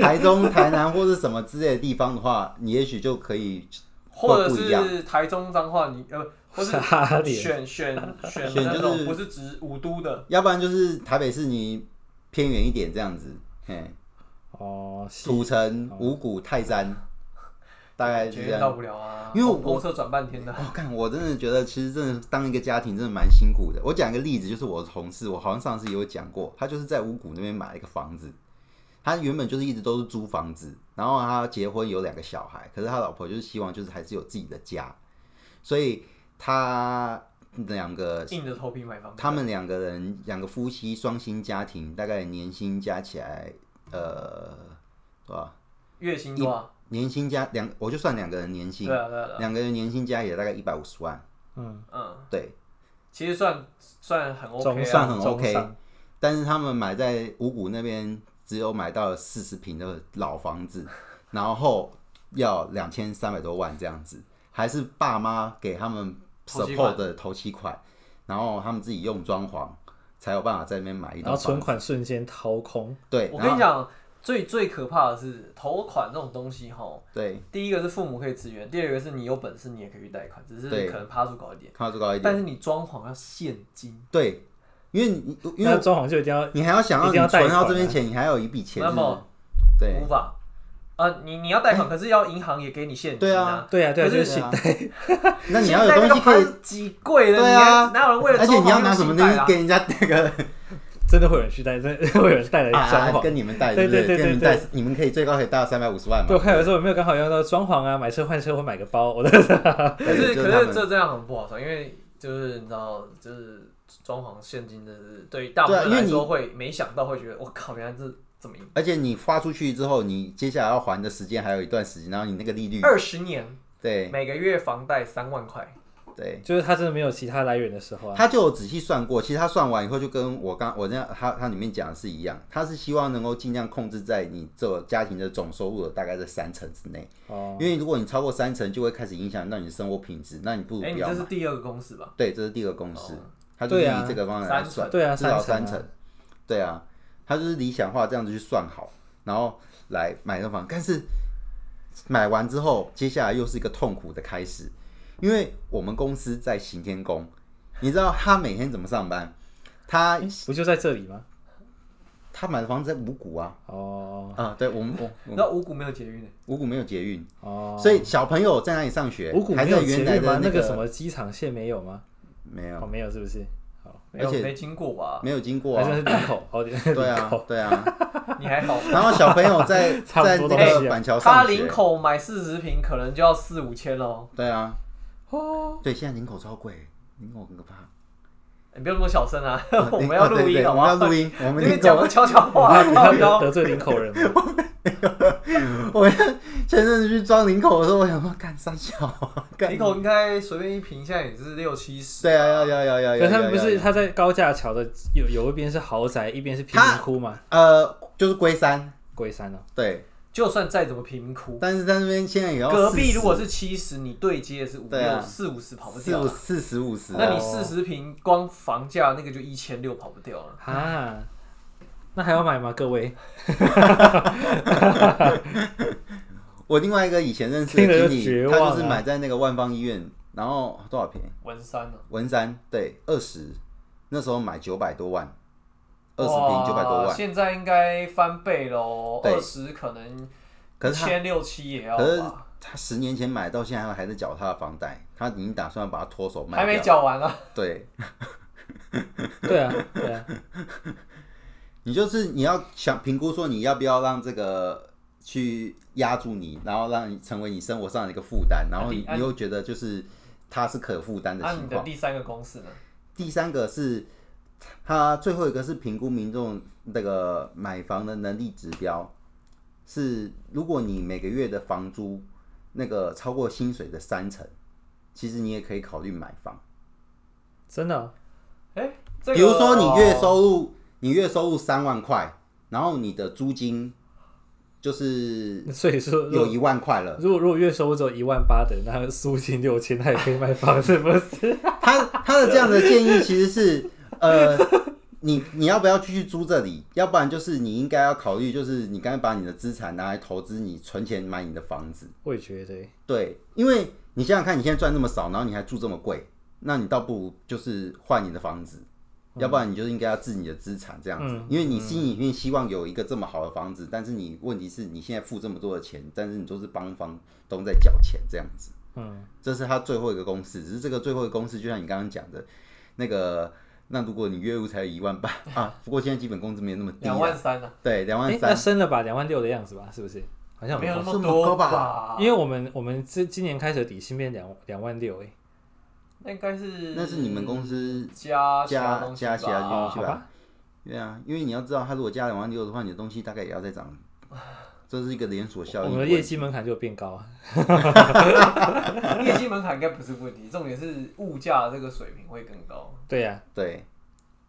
[SPEAKER 3] 台中、台南或是什么之类的地方的话，你也许就可以
[SPEAKER 1] 或
[SPEAKER 3] 会
[SPEAKER 1] 者
[SPEAKER 3] 不一样。
[SPEAKER 1] 是台中彰化你呃，或是
[SPEAKER 2] 阿联。
[SPEAKER 1] 选选选
[SPEAKER 3] 选
[SPEAKER 1] 那
[SPEAKER 3] 就
[SPEAKER 1] 种
[SPEAKER 3] 是
[SPEAKER 1] 不是指五都的，
[SPEAKER 3] 要不然就是台北市你偏远一点这样子，嘿，
[SPEAKER 2] 哦，是
[SPEAKER 1] 嗯
[SPEAKER 3] 土城、五股、泰山，大概是
[SPEAKER 1] 绝
[SPEAKER 3] 这
[SPEAKER 1] 对
[SPEAKER 3] 样。
[SPEAKER 1] 到不了啊，
[SPEAKER 3] 因为我
[SPEAKER 1] 公车转半 天的。
[SPEAKER 3] 我看、我真的觉得，其实真的当一个家庭真的蛮辛苦的。我讲一个例子，就是我的同事，我好像上次也有讲过，他就是在五股那边买了一个房子，他原本就是一直都是租房子，然后他结婚有两个小孩，可是他老婆就是希望就是还是有自己的家，所以他两个
[SPEAKER 1] 硬着头皮买房，
[SPEAKER 3] 他们两个人两个夫妻双薪家庭，大概年薪加起来，呃，多少？
[SPEAKER 1] 月薪多少？
[SPEAKER 3] 年薪加两，我就算两个人年薪
[SPEAKER 1] 对，啊，对啊，对啊
[SPEAKER 3] 两个人年薪加也大概一百五十万，
[SPEAKER 1] 嗯，
[SPEAKER 3] 对。
[SPEAKER 1] 其实算算很 OK
[SPEAKER 2] 中
[SPEAKER 1] 啊，
[SPEAKER 3] 算
[SPEAKER 2] 上
[SPEAKER 3] 很
[SPEAKER 2] 中
[SPEAKER 3] OK
[SPEAKER 2] 上
[SPEAKER 3] 但是他们买在五股那边，只有买到四十平的老房子，然后要两千三百多万这样子，还是爸妈给他们
[SPEAKER 1] 头期款
[SPEAKER 3] support 的头期款，然后他们自己用装潢，才有办法在那边买一
[SPEAKER 2] 然后
[SPEAKER 3] 栋
[SPEAKER 2] 存
[SPEAKER 3] 房。
[SPEAKER 2] 款瞬间掏空，
[SPEAKER 3] 对，
[SPEAKER 1] 我跟
[SPEAKER 3] 然
[SPEAKER 1] 你
[SPEAKER 3] 后
[SPEAKER 1] 讲，最最可怕的是头款这种东西哈。
[SPEAKER 3] 对，
[SPEAKER 1] 第一个是父母可以支援，第二个是你有本事你也可以去贷款，只是
[SPEAKER 3] 对
[SPEAKER 1] 可能趴数高一点。
[SPEAKER 3] 看到最高一点，
[SPEAKER 1] 但是你装潢要现金，
[SPEAKER 3] 对，因为你因
[SPEAKER 2] 那
[SPEAKER 3] 为
[SPEAKER 2] 装潢就一定要
[SPEAKER 3] 你还要想
[SPEAKER 2] 一
[SPEAKER 3] 要
[SPEAKER 2] 定要
[SPEAKER 3] 你存
[SPEAKER 2] 贷款
[SPEAKER 3] 到
[SPEAKER 2] 啊
[SPEAKER 3] 这边钱，你还有一笔钱
[SPEAKER 1] 那
[SPEAKER 3] 是
[SPEAKER 1] 么，
[SPEAKER 3] 对哎
[SPEAKER 1] 无法啊，你你要贷款，可是要银行也给你现金
[SPEAKER 3] 对
[SPEAKER 1] 啊
[SPEAKER 3] 啊。
[SPEAKER 2] 对啊对啊，
[SPEAKER 1] 可
[SPEAKER 2] 就是是信
[SPEAKER 3] 啊
[SPEAKER 2] 贷，
[SPEAKER 3] 那你要有东西可以，
[SPEAKER 1] 几贵的，
[SPEAKER 3] 对啊
[SPEAKER 1] 你还哪有人为了
[SPEAKER 3] 而且
[SPEAKER 1] 装
[SPEAKER 3] 你要
[SPEAKER 1] 潢
[SPEAKER 3] 拿
[SPEAKER 1] 用
[SPEAKER 3] 什么
[SPEAKER 1] 信
[SPEAKER 3] 东
[SPEAKER 1] 贷
[SPEAKER 3] 西
[SPEAKER 1] 啊？
[SPEAKER 3] 给人家那个。
[SPEAKER 2] 真的会有人去贷，真的会有人贷来
[SPEAKER 1] 哎哦
[SPEAKER 2] 装
[SPEAKER 3] 啊，
[SPEAKER 2] 潢。
[SPEAKER 3] 跟你们贷，
[SPEAKER 2] 对对
[SPEAKER 3] 对不
[SPEAKER 2] 对对
[SPEAKER 3] 跟你们贷，你们可以最高可以贷到三百五十万嘛
[SPEAKER 2] 对，我。看有时候我没有刚好用到装潢啊，买车换车或买个包，我的
[SPEAKER 1] 可是可
[SPEAKER 3] 对就是他
[SPEAKER 1] 是
[SPEAKER 3] 们
[SPEAKER 1] 这这样很不好算，因为就是你知道，就是装潢现金真的是对大部
[SPEAKER 3] 对啊
[SPEAKER 1] 分
[SPEAKER 3] 因为
[SPEAKER 1] 来
[SPEAKER 3] 你
[SPEAKER 1] 说会没想到，会觉得我靠，原来这怎么赢？
[SPEAKER 3] 而且你花出去之后，你接下来要还的时间还有一段时间，然后你那个利率，
[SPEAKER 1] 二十年
[SPEAKER 3] 对
[SPEAKER 1] 每个月房贷三万块，
[SPEAKER 3] 对，
[SPEAKER 2] 就是他真的没有其他来源的时候啊。
[SPEAKER 3] 他就有仔细算过，其实他算完以后就跟我刚我那他他里面讲的是一样，他是希望能够尽量控制在你这个家庭的总收入的大概在三成之内，
[SPEAKER 2] 哦，
[SPEAKER 3] 因为如果你超过三成，就会开始影响到你的生活品质，那你不如
[SPEAKER 1] 哎，
[SPEAKER 3] 不
[SPEAKER 1] 你
[SPEAKER 3] 要
[SPEAKER 1] 这是
[SPEAKER 3] 买。
[SPEAKER 1] 第二个公式吧？
[SPEAKER 3] 对，这是第二个公式
[SPEAKER 1] 哦，
[SPEAKER 3] 他就是
[SPEAKER 2] 对啊
[SPEAKER 3] 以这个方法来
[SPEAKER 1] 三
[SPEAKER 3] 算。
[SPEAKER 2] 对啊，
[SPEAKER 3] 至少
[SPEAKER 2] 三
[SPEAKER 3] 三
[SPEAKER 2] 层啊
[SPEAKER 3] 成，对啊，他就是理想化这样子去算好，然后来买个房，但是买完之后，接下来又是一个痛苦的开始，因为我们公司在行天宫，你知道他每天怎么上班？他
[SPEAKER 2] 不就在这里吗？
[SPEAKER 3] 他买的房子在五股啊，
[SPEAKER 2] 哦
[SPEAKER 3] 啊，对我们我
[SPEAKER 1] 那五股没有捷运的，
[SPEAKER 3] 五股没有捷运，
[SPEAKER 2] 哦，
[SPEAKER 3] 所以小朋友在那里上学
[SPEAKER 2] 五，股
[SPEAKER 3] 还
[SPEAKER 2] 没
[SPEAKER 3] 在
[SPEAKER 2] 有捷
[SPEAKER 3] 原来
[SPEAKER 2] 运吗
[SPEAKER 3] 的？
[SPEAKER 2] 那
[SPEAKER 3] 个
[SPEAKER 2] 个什么机场线没有吗？
[SPEAKER 3] 没有
[SPEAKER 2] 哦，没有是不是？好，
[SPEAKER 1] 没有
[SPEAKER 3] 而且
[SPEAKER 1] 哎没经过吧？
[SPEAKER 3] 没有经过
[SPEAKER 2] 还真
[SPEAKER 3] 啊，
[SPEAKER 2] 是林口，好点，
[SPEAKER 3] 对
[SPEAKER 2] 林口
[SPEAKER 3] 啊对啊，
[SPEAKER 1] 你还好吧。
[SPEAKER 3] 然后小朋友 在
[SPEAKER 2] 差不
[SPEAKER 3] 在
[SPEAKER 2] 多
[SPEAKER 3] 那
[SPEAKER 2] 东西啊
[SPEAKER 3] 个板桥
[SPEAKER 1] 他
[SPEAKER 3] 上学
[SPEAKER 1] 林，口买四十平，可能就要四五千喽。
[SPEAKER 3] 对啊，
[SPEAKER 2] 哦，
[SPEAKER 3] 对，现在林口超贵，林口很可怕。，
[SPEAKER 1] 你不要那么小声啊 我们要录
[SPEAKER 3] 对对
[SPEAKER 1] 音好
[SPEAKER 3] 我
[SPEAKER 1] 不
[SPEAKER 3] 们要
[SPEAKER 1] 好？
[SPEAKER 3] 录音，我
[SPEAKER 1] 你
[SPEAKER 3] 们
[SPEAKER 1] 别
[SPEAKER 3] 林
[SPEAKER 1] 讲个
[SPEAKER 3] 口。
[SPEAKER 1] 悄悄话，靠
[SPEAKER 2] 不啊 要
[SPEAKER 1] 腰
[SPEAKER 2] 得罪林口人嘛。
[SPEAKER 3] 前阵子去装林口的时候，我想说干三小，啊干
[SPEAKER 1] 林口应该随便一平，现在也是六七十。
[SPEAKER 3] 对啊，要要要要
[SPEAKER 2] 可
[SPEAKER 3] 要。
[SPEAKER 2] 是他们
[SPEAKER 3] 要
[SPEAKER 2] 不是
[SPEAKER 3] 要
[SPEAKER 2] 他在高架桥的有有一边是豪宅，一边是贫民窟嘛？
[SPEAKER 3] 呃，就是龟山
[SPEAKER 2] 龟山哦，
[SPEAKER 3] 对，
[SPEAKER 1] 就算再怎么贫民窟，
[SPEAKER 3] 但是在那边现在也要
[SPEAKER 1] 隔壁
[SPEAKER 3] 40
[SPEAKER 1] 如果是七十，你对接是五
[SPEAKER 3] 对啊
[SPEAKER 1] 六四五十跑不
[SPEAKER 3] 四
[SPEAKER 1] 掉
[SPEAKER 3] 五
[SPEAKER 1] 啊。
[SPEAKER 3] 四十五十，
[SPEAKER 1] 那你
[SPEAKER 2] 哦
[SPEAKER 1] 四十平光房价那个就一千六跑不掉了。
[SPEAKER 2] 啊，那还要买吗？各位，
[SPEAKER 3] 我另外一个以前认识的
[SPEAKER 2] 听着
[SPEAKER 3] 经
[SPEAKER 2] 就
[SPEAKER 3] 理
[SPEAKER 2] 绝，望
[SPEAKER 3] 他
[SPEAKER 2] 啊
[SPEAKER 3] 就是
[SPEAKER 1] 啊
[SPEAKER 3] 买在那个万方医院，然后多少便宜？
[SPEAKER 1] 文山呢、
[SPEAKER 3] 文山对，二十那时候买九百多万，二十
[SPEAKER 1] 哇
[SPEAKER 3] 平九百多万，
[SPEAKER 1] 现在应该翻倍喽，
[SPEAKER 3] 对
[SPEAKER 1] 二十可能
[SPEAKER 3] 可是他
[SPEAKER 1] 千六七也要
[SPEAKER 3] 可是
[SPEAKER 1] 吧，
[SPEAKER 3] 他十年前买到现在还在缴他的房贷，他已经打算把它脱手卖
[SPEAKER 1] 还没
[SPEAKER 3] 掉。
[SPEAKER 1] 缴完啊，
[SPEAKER 3] 对，
[SPEAKER 2] 对啊，对啊，
[SPEAKER 3] 你就是你要想评估说你要不要让这个去压住你，然后让你成为你生活上的一个负担，然后你
[SPEAKER 1] 啊
[SPEAKER 3] 你又觉得就是它是可负担的
[SPEAKER 1] 那
[SPEAKER 3] 情
[SPEAKER 1] 你
[SPEAKER 3] 况
[SPEAKER 1] 的。第三个公式呢？
[SPEAKER 3] 第三个是，它最后一个是评估民众那个买房的能力指标，是如果你每个月的房租那个超过薪水的三成，其实你也可以考虑买房。
[SPEAKER 2] 真的哦、
[SPEAKER 1] 哎，这个
[SPEAKER 3] 比如说你月收入，你月收入三万块，然后你的租金就是
[SPEAKER 2] 所以说，如
[SPEAKER 3] 有
[SPEAKER 2] 果
[SPEAKER 3] 一万块了，
[SPEAKER 2] 如果如果月收入只有一万八的，那租金六千，他也可以买房，是 不是？
[SPEAKER 3] 他他的这样的建议其实是，呃，你你要不要继续租这里？要不然就是你应该要考虑，就是你刚才把你的资产拿来投资，你存钱买你的房子。
[SPEAKER 2] 我也觉得，欸
[SPEAKER 3] 对，因为你想想看，你现在赚那么少，然后你还住这么贵，那你倒不如就是换你的房子。要不然你就是应该要置你的资产这样子，因为你心里面希望有一个这么好的房子，但是你问题是你现在付这么多的钱，但是你都是帮房东在缴钱这样子。
[SPEAKER 2] 嗯，
[SPEAKER 3] 这是他最后一个公式，只是这个最后一个公式，就像你刚刚讲的，那个，那如果你月入才一万八 啊，不过现在基本工资没有那么低、
[SPEAKER 1] 两
[SPEAKER 3] 啊，
[SPEAKER 1] 万三啊，
[SPEAKER 3] 对，两
[SPEAKER 2] 哎、
[SPEAKER 3] 万
[SPEAKER 2] 那
[SPEAKER 3] 三，
[SPEAKER 2] 升了吧，两万六的样子吧，是不是？好像
[SPEAKER 1] 没有那
[SPEAKER 3] 这么
[SPEAKER 1] 多
[SPEAKER 3] 高吧
[SPEAKER 1] 吧？
[SPEAKER 2] 因为我们我们这今年开始的底薪变两两万六，哎，
[SPEAKER 1] 那应该是
[SPEAKER 3] 那是你们公司
[SPEAKER 1] 加
[SPEAKER 3] 加
[SPEAKER 1] 东西
[SPEAKER 3] 加其他
[SPEAKER 1] 吧
[SPEAKER 3] 东西
[SPEAKER 2] 好
[SPEAKER 3] 吧
[SPEAKER 2] 吧？
[SPEAKER 3] 对啊，因为你要知道，他如果加两万六的话，你的东西大概也要再涨，这是一个连锁效
[SPEAKER 2] 我
[SPEAKER 3] 应
[SPEAKER 2] 们
[SPEAKER 3] 的
[SPEAKER 2] 的
[SPEAKER 3] 问
[SPEAKER 2] 业
[SPEAKER 3] 题。
[SPEAKER 2] 绩门槛就变高啊。
[SPEAKER 1] 业绩门槛应该不是问题，重点是物价这个水平会更高。
[SPEAKER 2] 对啊呀、
[SPEAKER 3] 对，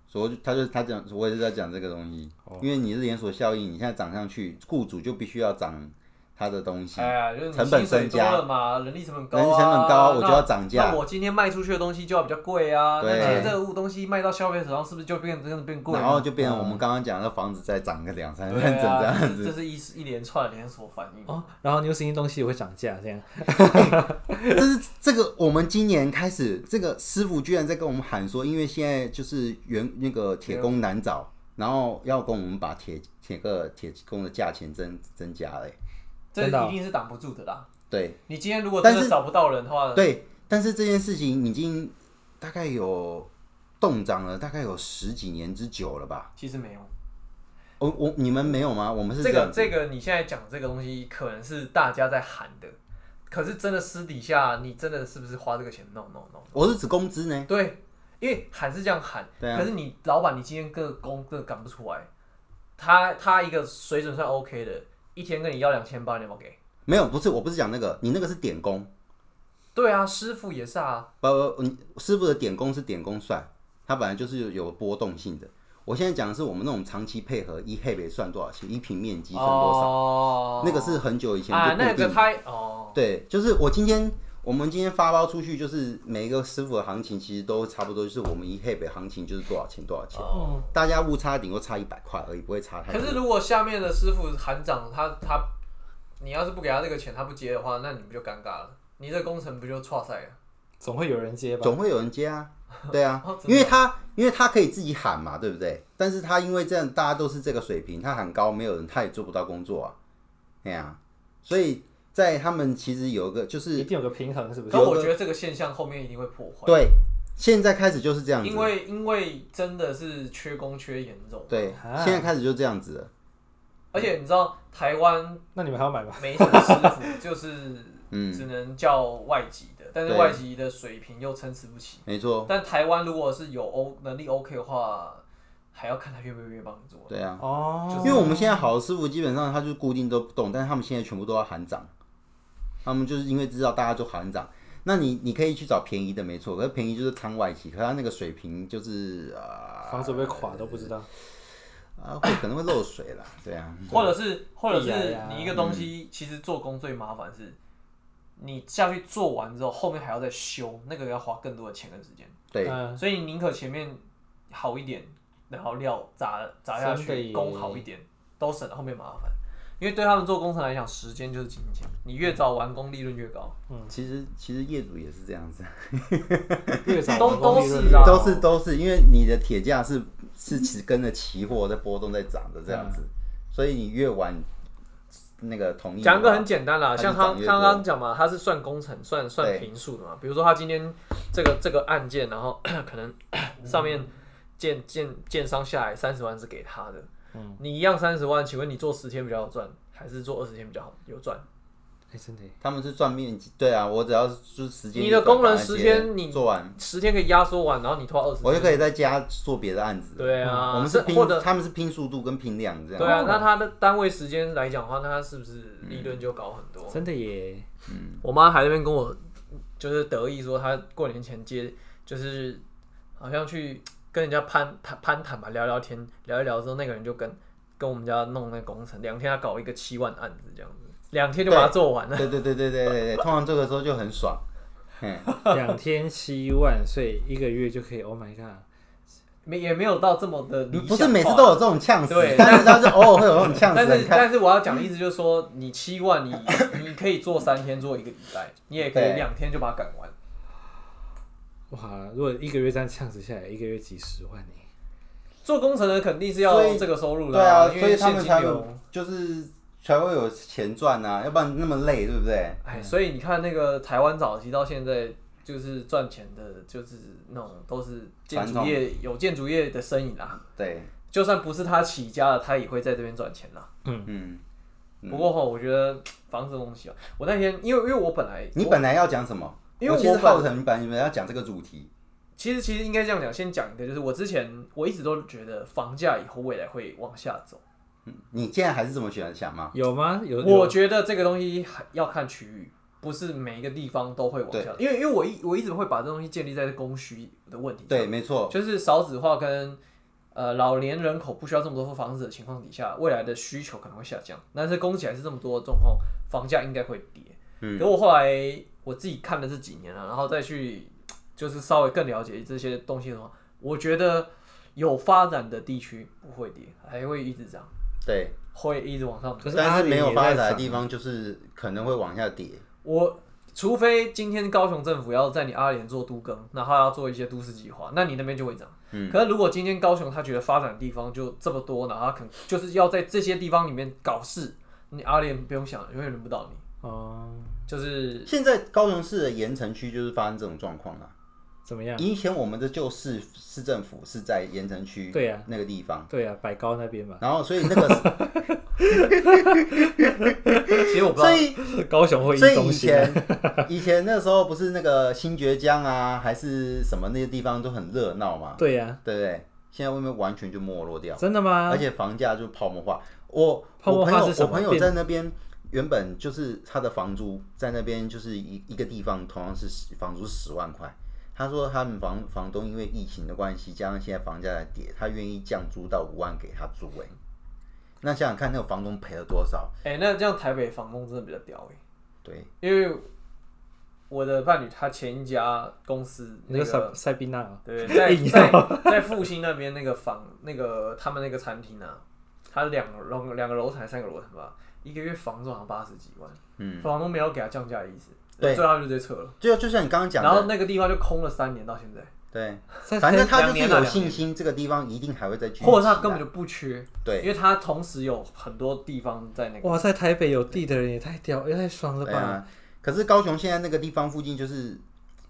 [SPEAKER 3] 所以我就他就他讲，我也是在讲这个东西，因为你是连锁效应，你现在涨上去，雇主就必须要涨他的东西，
[SPEAKER 1] 哎呀，就是你
[SPEAKER 3] 成本
[SPEAKER 1] 薪水
[SPEAKER 3] 增加
[SPEAKER 1] 多了嘛，人力成本高、啊，
[SPEAKER 3] 人力成本高，我就要
[SPEAKER 1] 那
[SPEAKER 3] 涨价
[SPEAKER 1] 那。我今天卖出去的东西就要比较贵啊，那
[SPEAKER 3] 对
[SPEAKER 1] 今天这个物东西卖到消费者手上，是不是就变真的变贵了？
[SPEAKER 3] 然后就变成我们刚刚讲的房子再涨个两三
[SPEAKER 1] 嗯对
[SPEAKER 3] 万整这
[SPEAKER 1] 啊，
[SPEAKER 3] 样
[SPEAKER 1] 这
[SPEAKER 3] 子。
[SPEAKER 1] 这是一一连串连锁反应。
[SPEAKER 2] 哦，然后 New Sing 东西也会涨价，这样
[SPEAKER 3] 这是这个我们今年开始，这个师傅居然在跟我们喊说，因为现在就是原那个铁工难找，然后要跟我们把铁铁个铁工的价钱增增加嘞。
[SPEAKER 1] 这
[SPEAKER 2] 真的哦
[SPEAKER 1] 一定是挡不住的啦。
[SPEAKER 3] 对
[SPEAKER 1] 你今天如果
[SPEAKER 3] 啊但
[SPEAKER 1] 真
[SPEAKER 3] 是
[SPEAKER 1] 的找不到人的话，
[SPEAKER 3] 对，但是这件事情已经大概有动涨了，大概有十几年之久了吧。
[SPEAKER 1] 其实没有。
[SPEAKER 3] 我我你们没有吗？我们是
[SPEAKER 1] 这
[SPEAKER 3] 样
[SPEAKER 1] 个
[SPEAKER 3] 子
[SPEAKER 1] 这个你现在讲这个东西，可能是大家在喊的，可是真的私底下，你真的是不是花这个钱？No No No。
[SPEAKER 3] 我是指工资呢。
[SPEAKER 1] 对，因为喊是这样喊，
[SPEAKER 3] 对啊
[SPEAKER 1] 可是你老板你今天个工个赶不出来，他他一个水准算 OK 的，一天跟你要两千八，你有没有给？
[SPEAKER 3] 没有，不是，我不是讲那个，你那个是点工。
[SPEAKER 1] 对啊，师傅也是啊，
[SPEAKER 3] 不不，你嗯师傅的点工是点工算，它本来就是有有波动性的。我现在讲的是我们那种长期配合，一配备算多少钱，一平面积算多少，
[SPEAKER 1] 哦
[SPEAKER 3] 那个是很久以前
[SPEAKER 1] 啊，
[SPEAKER 3] 就
[SPEAKER 1] 那
[SPEAKER 3] 固定
[SPEAKER 1] 个
[SPEAKER 3] 的。
[SPEAKER 1] 他哦，
[SPEAKER 3] 对，就是我今天我们今天发包出去，就是每一个师傅的行情其实都差不多，就是我们一配备行情就是多少钱多少钱，
[SPEAKER 1] 哦
[SPEAKER 3] 大家误差顶多差一百块而已，不会差太
[SPEAKER 1] 可
[SPEAKER 3] 多。
[SPEAKER 1] 是如果下面的师傅喊涨，他他你要是不给他这个钱，他不接的话，那你不就尴尬了？你这工程不就错赛了？
[SPEAKER 2] 总会有人接吧？
[SPEAKER 3] 总会有人接啊，对啊
[SPEAKER 1] 哦，真的
[SPEAKER 3] 因为他因为他可以自己喊嘛，对不对？但是他因为这样大家都是这个水平，他喊高，没有人他也做不到工作啊，哎呀、所以在他们其实有一个就
[SPEAKER 2] 一
[SPEAKER 3] 是
[SPEAKER 2] 定有个平衡，是不是？
[SPEAKER 1] 可我觉得这个现象后面一定会破坏，
[SPEAKER 3] 对，现在开始就是这样子
[SPEAKER 1] 因，为因为真的是缺工缺严重，
[SPEAKER 3] 对，
[SPEAKER 2] 啊
[SPEAKER 3] 现在开始就这样子了，
[SPEAKER 1] 而且你知道台湾
[SPEAKER 2] 那你们还要买吗？
[SPEAKER 1] 没什么师傅，就是
[SPEAKER 3] 嗯
[SPEAKER 1] 只能叫外籍的，但是
[SPEAKER 3] 对哦
[SPEAKER 1] 外籍的水平又参差不齐。
[SPEAKER 3] 没错，
[SPEAKER 1] 但台湾如果是有 O 能力 OK 的话，还要看他愿不愿意帮你做。
[SPEAKER 3] 对啊，
[SPEAKER 2] 哦，
[SPEAKER 3] 因为我们现在好的师傅基本上他就固定都不动，但是他们现在全部都要喊涨，他们就是因为知道大家就喊涨。那你你可以去找便宜的，没错，可是便宜就是仓外企，可是他那个水平就是啊，
[SPEAKER 2] 房子会不会垮都不知道。
[SPEAKER 3] 啊，会可能会漏水啦，对啊，
[SPEAKER 1] 或者是，或者
[SPEAKER 2] 必然
[SPEAKER 1] 是
[SPEAKER 2] 哎呀
[SPEAKER 1] 你一个东西，其实做工最麻烦是，你下去做完之后，后面还要再修，那个要花更多的钱跟时间。
[SPEAKER 3] 对，
[SPEAKER 2] 嗯，
[SPEAKER 1] 所以你宁可前面好一点，然后料砸砸下
[SPEAKER 2] 真的
[SPEAKER 1] 去，
[SPEAKER 2] 耶
[SPEAKER 1] 工好一点，都省了后面麻烦。因为对他们做工程来讲，时间就是金钱，你越早完工，利润越高。
[SPEAKER 3] 其实其实业主也是这样子，
[SPEAKER 2] 越早
[SPEAKER 1] 都
[SPEAKER 2] 完工
[SPEAKER 1] 都
[SPEAKER 2] 利润
[SPEAKER 1] 是
[SPEAKER 2] 越
[SPEAKER 1] 啊
[SPEAKER 2] 高
[SPEAKER 3] 都是都是，因为你的铁价是是其实跟着期货在波动在涨的这样
[SPEAKER 1] 嗯
[SPEAKER 3] 子，所以你越晚那个同意的话
[SPEAKER 1] 讲一个很简单啦，
[SPEAKER 3] 它就
[SPEAKER 1] 像他
[SPEAKER 3] 涨越多
[SPEAKER 1] 刚刚讲嘛，他是算工程、算算
[SPEAKER 3] 对
[SPEAKER 1] 平数的嘛。比如说他今天这个这个案件，然后 可能上面建建建商下来三十万是给他的，你一样三十万，请问你做十天比较好赚，还是做二十天比较好有赚？
[SPEAKER 2] 哎、真的耶，
[SPEAKER 3] 他们是赚面积，对啊，我只要是就是时间，
[SPEAKER 1] 你的工人时间你
[SPEAKER 3] 做完，
[SPEAKER 1] 十天可以压缩完，然后你拖二十
[SPEAKER 3] 我就
[SPEAKER 1] 天。
[SPEAKER 3] 可以在家做别的案子。
[SPEAKER 1] 对啊，
[SPEAKER 3] 我们
[SPEAKER 1] 是
[SPEAKER 3] 是拼
[SPEAKER 1] 或者，
[SPEAKER 3] 他们是拼速度跟拼量这样。
[SPEAKER 1] 对啊，那他的单位时间来讲的话，那他是不是利润就高很多？
[SPEAKER 2] 真的耶，
[SPEAKER 1] 我妈还在那边跟我就是得意说，她过年前接就是好像去跟人家攀谈攀谈吧，聊聊天，聊一聊之后，那个人就跟跟我们家弄那个工程，两天要搞一个七万案子这样子，两天就把它做完了。
[SPEAKER 3] 对对对对对对对，通常这个时候就很爽。
[SPEAKER 2] 两天七万，所以一个月就可以，Oh my god，
[SPEAKER 1] 没 也没有到这么的理想化
[SPEAKER 3] 不是每次都有这种呛死
[SPEAKER 1] 对，
[SPEAKER 3] 但是但是偶尔会有这种呛死。
[SPEAKER 1] 但
[SPEAKER 3] 你
[SPEAKER 1] 是
[SPEAKER 3] 看，
[SPEAKER 1] 但是我要讲的意思就是说，你七万你 你可以做三天，做一个礼拜，你也可以
[SPEAKER 3] 对
[SPEAKER 1] 两天就把它赶完。
[SPEAKER 2] 哇！如果一个月这样呛死下来，一个月几十万呢？
[SPEAKER 1] 做工程的肯定是
[SPEAKER 3] 所
[SPEAKER 1] 要
[SPEAKER 3] 以
[SPEAKER 1] 这个收入的、
[SPEAKER 3] 对啊，
[SPEAKER 1] 因
[SPEAKER 3] 所
[SPEAKER 1] 为
[SPEAKER 3] 以他
[SPEAKER 1] 现
[SPEAKER 3] 们
[SPEAKER 1] 金
[SPEAKER 3] 才
[SPEAKER 1] 流
[SPEAKER 3] 会就是才会有钱赚啊，要不然那么累，对不对？
[SPEAKER 1] 哎，所以你看那个台湾早期到现在，就是赚钱的，就是那种都是建筑业有建筑业的身影啦。
[SPEAKER 3] 对，
[SPEAKER 1] 就算不是他起家了，他也会在这边赚钱啦。
[SPEAKER 3] 嗯。
[SPEAKER 1] 不过哈，我觉得房子的东西啊，我那天因为因为我本来
[SPEAKER 3] 你本来要讲什么？
[SPEAKER 1] 因为
[SPEAKER 3] 我其实
[SPEAKER 1] 我本
[SPEAKER 3] 浩成本来要讲这个主题，
[SPEAKER 1] 其实其实应该这样讲，先讲一个，就是我之前我一直都觉得房价以后未来会往下走，
[SPEAKER 3] 嗯你现在还是这么选想吗？
[SPEAKER 2] 有吗？有，有
[SPEAKER 1] 我觉得这个东西还要看区域。不是每一个地方都会往下，因为因为我一我一直会把这东西建立在供需的问题上
[SPEAKER 3] 对，没错，
[SPEAKER 1] 就是少子化跟呃老年人口不需要这么多房子的情况底下，未来的需求可能会下降，但是供给还是这么多的状况，房价应该会跌。嗯，可我后来我自己看了这几年了，啊然后再去就是稍微更了解这些东西的话，我觉得有发展的地区不会跌，还会一直涨，
[SPEAKER 3] 对。
[SPEAKER 1] 会一直往上。
[SPEAKER 2] 可是
[SPEAKER 3] 但
[SPEAKER 2] 阿
[SPEAKER 3] 是
[SPEAKER 2] 里
[SPEAKER 3] 没
[SPEAKER 2] 也
[SPEAKER 3] 有
[SPEAKER 2] 在
[SPEAKER 3] 发展的
[SPEAKER 2] 涨
[SPEAKER 3] 地方，就是可能会往下跌。
[SPEAKER 1] 我除非今天高雄政府要在你阿联做都更，然后要做一些都市计划，那你那边就会涨。嗯，可是如果今天高雄他觉得发展的地方就这么多，然后他肯就是要在这些地方里面搞事，你阿联不用想了，永远轮不到你。
[SPEAKER 2] 哦，
[SPEAKER 1] 就是
[SPEAKER 3] 现在高雄市的盐城区就是发生这种状况了。
[SPEAKER 2] 怎么样？
[SPEAKER 3] 以前我们的旧市市政府是在盐城区，
[SPEAKER 2] 对啊
[SPEAKER 3] 那个地方。
[SPEAKER 2] 对啊，百高那边吧，
[SPEAKER 3] 然后，所以那个，
[SPEAKER 1] 其实我不知道
[SPEAKER 3] 所，以
[SPEAKER 2] 高雄会议
[SPEAKER 3] 所以
[SPEAKER 2] 中
[SPEAKER 3] 以
[SPEAKER 2] 心啊，
[SPEAKER 3] 前以前那时候不是那个新爵江啊，还是什么那些地方都很热闹嘛，
[SPEAKER 2] 对呀、
[SPEAKER 3] 对不对？现在外面完全就没落掉，
[SPEAKER 2] 真的吗
[SPEAKER 3] 而？且房价就泡沫化。我
[SPEAKER 2] 啊泡沫
[SPEAKER 3] 我
[SPEAKER 2] 化
[SPEAKER 3] 朋友
[SPEAKER 2] 是什
[SPEAKER 3] 我
[SPEAKER 2] 么
[SPEAKER 3] 朋友
[SPEAKER 2] 变
[SPEAKER 3] 在那边原本就是他的房租在那边就是一一个地方同样是十房租十万块，他说他们房房东因为疫情的关系，加上现在房价在跌，他愿意降租到五万给他租哎、那想想看，那个房东赔了多少？
[SPEAKER 1] 哎、那这样台北房东真的比较屌哎、
[SPEAKER 3] 对，
[SPEAKER 1] 因为我的伴侣他前一家公司
[SPEAKER 2] 你
[SPEAKER 1] 那
[SPEAKER 2] 说
[SPEAKER 1] 个
[SPEAKER 2] 塞塞宾纳啊
[SPEAKER 1] 对，在
[SPEAKER 2] 硬
[SPEAKER 1] 在 在复兴那边那个房，那个他们那个餐厅啊，它两楼两个楼层还是三个楼层吧，一个月房租好像八十几万，
[SPEAKER 3] 嗯，
[SPEAKER 1] 房东没有给他降价的意思，
[SPEAKER 3] 对
[SPEAKER 1] 最后他就直接撤了。
[SPEAKER 3] 就就像你刚刚讲
[SPEAKER 1] 然后
[SPEAKER 3] 的，
[SPEAKER 1] 那个地方就空了三年到现在，
[SPEAKER 3] 对，
[SPEAKER 2] 在
[SPEAKER 3] 反正他
[SPEAKER 1] 两
[SPEAKER 3] 就是
[SPEAKER 1] 年啊
[SPEAKER 3] 有
[SPEAKER 1] 两
[SPEAKER 3] 信
[SPEAKER 1] 年
[SPEAKER 3] 心，这个地方一定还会再继续起来。
[SPEAKER 1] 或者他根本就不缺，因
[SPEAKER 3] 对，
[SPEAKER 1] 为他同时有很多地方在那个，
[SPEAKER 2] 哇，在台北有地的人也太屌，也太爽了
[SPEAKER 3] 对
[SPEAKER 2] 吧！
[SPEAKER 3] 啊。可是高雄现在那个地方附近，就是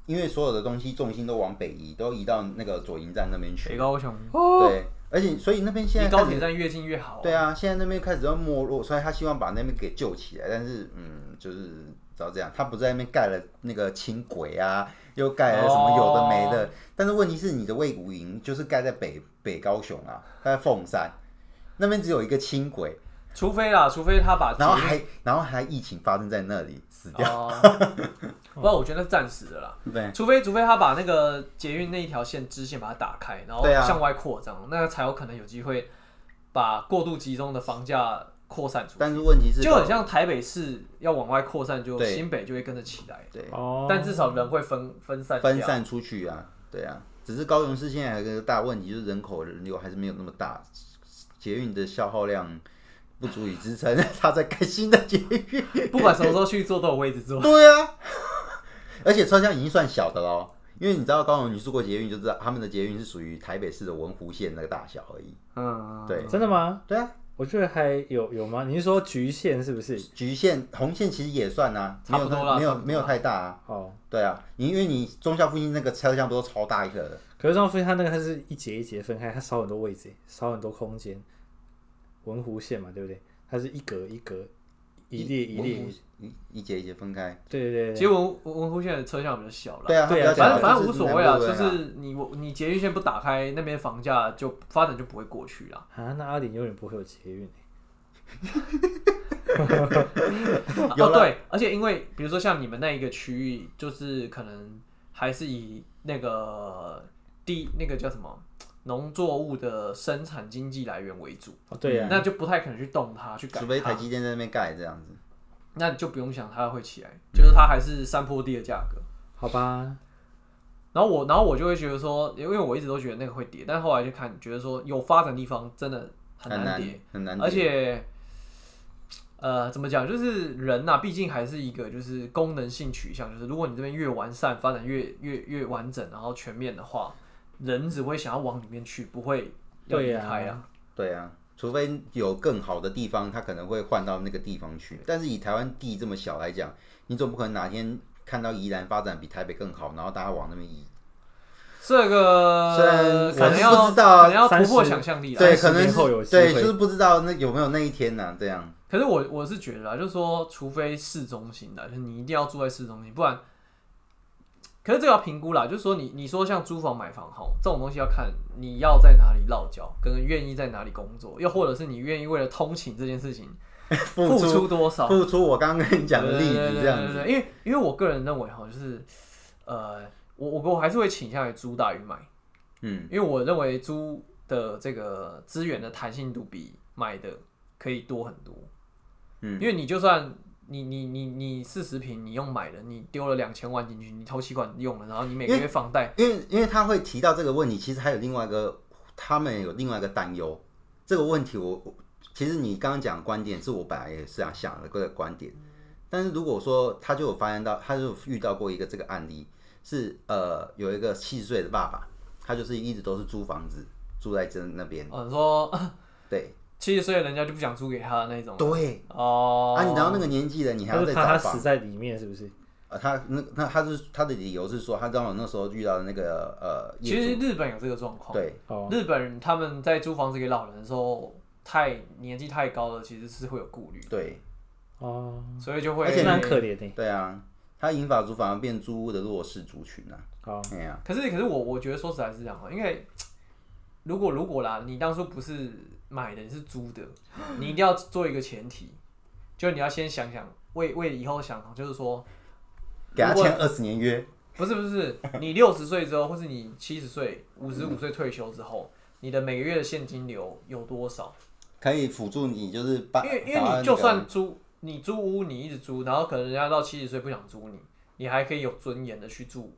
[SPEAKER 3] 因为所有的东西重心都往北移，都移到那个左营站那边
[SPEAKER 1] 北
[SPEAKER 3] 去。
[SPEAKER 1] 高雄
[SPEAKER 2] 哦，
[SPEAKER 3] 对，而且所以那边现
[SPEAKER 1] 离
[SPEAKER 3] 在
[SPEAKER 1] 高
[SPEAKER 3] 开
[SPEAKER 1] 铁
[SPEAKER 3] 始
[SPEAKER 1] 站越近越好、
[SPEAKER 3] 对，啊，现在那边开始要没落，所以他希望把那边给救起来。但是，嗯，就是只要这样，他不在那边盖了那个轻轨啊，又盖了什么有的没
[SPEAKER 1] 哦
[SPEAKER 3] 的。但是问题是，你的魏武营就是盖在北北高雄啊，盖在凤山那边只有一个轻轨，
[SPEAKER 1] 除非啦，除非他把
[SPEAKER 3] 然后
[SPEAKER 1] 捷运
[SPEAKER 3] 还然后还疫情发生在那里死掉，
[SPEAKER 1] 哦，不过我觉得那是暂时的啦。
[SPEAKER 3] 对
[SPEAKER 1] 除非除非他把那个捷运那一条线支线把它打开，然后
[SPEAKER 3] 对啊
[SPEAKER 1] 向外扩张，那才有可能有机会把过度集中的房价扩散出
[SPEAKER 3] 但是问题
[SPEAKER 1] 去，
[SPEAKER 3] 是
[SPEAKER 1] 就很像台北市要往外扩散，就
[SPEAKER 3] 对
[SPEAKER 1] 新北就会跟着起来，
[SPEAKER 3] 对
[SPEAKER 2] 哦，
[SPEAKER 1] 但至少人会分分散
[SPEAKER 3] 分
[SPEAKER 1] 掉。
[SPEAKER 3] 散出去啊，对啊。只是高雄市现在还有一个大问题，就是人口人流还是没有那么大，捷运的消耗量不足以支撑 他在盖新的捷 运。
[SPEAKER 1] 不管什么时候去做都有位置 坐。
[SPEAKER 3] 对啊，而且车厢已经算小的喽，因为你知道高雄你住过捷运就知道，他们的捷运是属于台北市的文湖线那个大小而已。
[SPEAKER 1] 嗯，
[SPEAKER 3] 对
[SPEAKER 2] 真的吗？
[SPEAKER 3] 对啊，
[SPEAKER 2] 我觉得还有有吗？你是说局限是不是？
[SPEAKER 3] 局限红线其实也算啊，
[SPEAKER 1] 差不多啦
[SPEAKER 3] 没
[SPEAKER 1] 差
[SPEAKER 3] 有
[SPEAKER 1] 不多啦
[SPEAKER 3] 没有太大啊。
[SPEAKER 2] 哦，
[SPEAKER 3] 对啊，你因为你中校附近那个车厢不都超大一个的？
[SPEAKER 2] 可是这样分它那个它是一节一节分开，它少很多位置，少很多空间。文湖线嘛，对不对？它是一格一格，一列
[SPEAKER 1] 嗯
[SPEAKER 2] 一列
[SPEAKER 3] 文，湖一一节一节分开。
[SPEAKER 2] 对对对
[SPEAKER 1] 其
[SPEAKER 2] 对
[SPEAKER 1] 实文文文湖线的车厢比较小了。
[SPEAKER 3] 对啊，
[SPEAKER 2] 对啊
[SPEAKER 3] 它比较
[SPEAKER 1] 反
[SPEAKER 3] 小
[SPEAKER 1] 正反正
[SPEAKER 3] 就
[SPEAKER 1] 无
[SPEAKER 3] 是
[SPEAKER 1] 所
[SPEAKER 3] 南
[SPEAKER 1] 谓啊，
[SPEAKER 3] 部而
[SPEAKER 1] 就
[SPEAKER 3] 已
[SPEAKER 1] 是你我你捷运线不打开，那边房价就发展就不会过去啦。
[SPEAKER 2] 啊，那阿里永远不会有捷运欸、
[SPEAKER 1] 啊
[SPEAKER 3] 有
[SPEAKER 1] 哦
[SPEAKER 3] 啦
[SPEAKER 1] 对，而且因为比如说像你们那一个区域，就是可能还是以那个地那个叫什么农作物的生产经济来源为主，
[SPEAKER 2] 哦，对呀、
[SPEAKER 1] 那就不太可能去动它去改
[SPEAKER 3] 除非台
[SPEAKER 1] 它，
[SPEAKER 3] 积电在那边盖这样子。
[SPEAKER 1] 那你就不用想它会起来，就是它还是山坡地的价格。
[SPEAKER 2] 嗯好吧，
[SPEAKER 1] 然后我，然后我就会觉得说，因为我一直都觉得那个会跌，但后来就看，觉得说有发展的地方真的很难
[SPEAKER 3] 很难
[SPEAKER 1] 跌，
[SPEAKER 3] 很难
[SPEAKER 1] 而
[SPEAKER 3] 解
[SPEAKER 1] 且，呃，怎么讲，就是人呐、毕竟还是一个就是功能性取向，就是如果你这边越完善，发展越越越完整，然后全面的话，人只会想要往里面去，不会要离
[SPEAKER 2] 对啊
[SPEAKER 1] 开啊。
[SPEAKER 3] 对啊，除非有更好的地方，他可能会换到那个地方去。但是以台湾地这么小来讲，你总不可能哪天看到宜兰发展比台北更好，然后大家往那边移。
[SPEAKER 1] 这
[SPEAKER 3] 虽然
[SPEAKER 1] 个可
[SPEAKER 3] 我
[SPEAKER 1] 能
[SPEAKER 3] 是
[SPEAKER 1] 要
[SPEAKER 3] 不知道啊
[SPEAKER 1] 可能要突破
[SPEAKER 2] 30
[SPEAKER 1] 想象力啦。
[SPEAKER 3] 对，
[SPEAKER 2] 30
[SPEAKER 3] 可能
[SPEAKER 2] 年后有
[SPEAKER 3] 是
[SPEAKER 2] 机会
[SPEAKER 3] 对，就是不知道那有没有那一天呢、这样
[SPEAKER 1] 可是我我是觉得啦，就是说，除非市中心的，就是你一定要住在市中心，不然。可是这个要评估啦，就是说你你说像租房买房吼这种东西要看你要在哪里落脚，跟愿意在哪里工作，又或者是你愿意为了通勤这件事情付
[SPEAKER 3] 出
[SPEAKER 1] 出多少，
[SPEAKER 3] 付出我刚刚跟你讲的例
[SPEAKER 1] 对对
[SPEAKER 3] 子
[SPEAKER 1] 对
[SPEAKER 3] 这样
[SPEAKER 1] 对对
[SPEAKER 3] 子。
[SPEAKER 1] 对因为因为我个人认为哈，就是呃，我我我还是会倾向于租大于买，
[SPEAKER 3] 嗯，
[SPEAKER 1] 因为我认为租的这个资源的弹性度比买的可以多很多。
[SPEAKER 3] 嗯
[SPEAKER 1] 因为你就算你你你你四十平，你用买的，你丢了两千万进去，你头期款用了，然后你每个月房贷，
[SPEAKER 3] 因为因为他会提到这个问题，其实还有另外一个，他们有另外一个担忧。这个问题我，我其实你刚刚讲的观点是我本来也是想想的这个观点，但是如果说他就有发现到，他就有遇到过一个这个案例，是呃有一个七十岁的爸爸，他就是一直都是租房子住在这那边，
[SPEAKER 1] 嗯、说
[SPEAKER 3] 对
[SPEAKER 1] 七十岁的人家就不想租给他的那种。
[SPEAKER 3] 对，
[SPEAKER 1] 哦，
[SPEAKER 3] 啊，你到那个年纪了，你还
[SPEAKER 2] 他
[SPEAKER 3] 要
[SPEAKER 2] 是
[SPEAKER 3] 再
[SPEAKER 2] 怕他
[SPEAKER 3] 找房
[SPEAKER 2] 死。在里面是不是？
[SPEAKER 3] 呃，他那那他是他的理由是说，他刚好那时候遇到的那个呃
[SPEAKER 1] 其
[SPEAKER 3] 业
[SPEAKER 1] 实
[SPEAKER 3] 主，
[SPEAKER 1] 日本有这个状况，
[SPEAKER 3] 对，
[SPEAKER 2] 哦，
[SPEAKER 1] 日本人他们在租房子给老人的时候，太年纪太高了，其实是会有顾虑，
[SPEAKER 3] 对，
[SPEAKER 2] 哦，
[SPEAKER 1] 所以就会
[SPEAKER 3] 嗯而且
[SPEAKER 2] 那很可怜欸呢。
[SPEAKER 3] 对啊，他银发族反而变租屋的弱势族群啊。
[SPEAKER 2] 好，
[SPEAKER 3] 哎呀、
[SPEAKER 1] 可是，可是我我觉得说实在是这样哦哈，因为如果如果啦，你当初不是买的，你是租的，你一定要做一个前提，就你要先想想，为为以后想，哦就是说，
[SPEAKER 3] 给他
[SPEAKER 1] 如果
[SPEAKER 3] 签二十年约，
[SPEAKER 1] 不是不是，你六十岁之后，或是你七十岁、五十五岁退休之后，你的每个月的现金流有多少？
[SPEAKER 3] 可以辅助你，就是把
[SPEAKER 1] 因为因为你就算租，你租屋你一直租，然后可能人家到七十岁不想租你，你还可以有尊严的去住，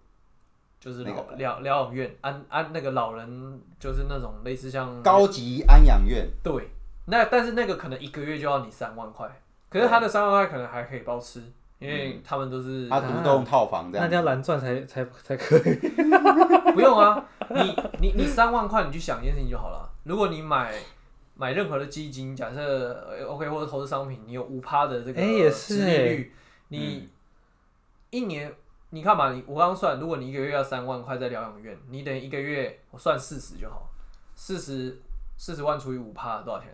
[SPEAKER 1] 就是
[SPEAKER 3] 那
[SPEAKER 1] 疗
[SPEAKER 3] 个
[SPEAKER 1] 疗疗养院，安安那个老人就是那种类似像
[SPEAKER 3] 高级安养院，
[SPEAKER 1] 对，那但是那个可能一个月就要你三万块，可是他的三万块可能还可以包吃，因为他们都是、
[SPEAKER 3] 嗯他独栋套房
[SPEAKER 2] 嗯那
[SPEAKER 3] 这样
[SPEAKER 2] 你要
[SPEAKER 3] 子。
[SPEAKER 2] 蓝钻才才才可以。
[SPEAKER 1] 不用啊，你你你三万块你去想一件事情就好了。如果你买买任何的基金，假设呃 OK 或者投资商品，你有五趴的这个
[SPEAKER 2] 哎也是
[SPEAKER 1] 殖利
[SPEAKER 2] 哎
[SPEAKER 1] 率，你一年你看嘛，你我刚刚算，如果你一个月要三万块在疗养院，你等于一个月我算四十就好，四十四十万除以五趴多少钱？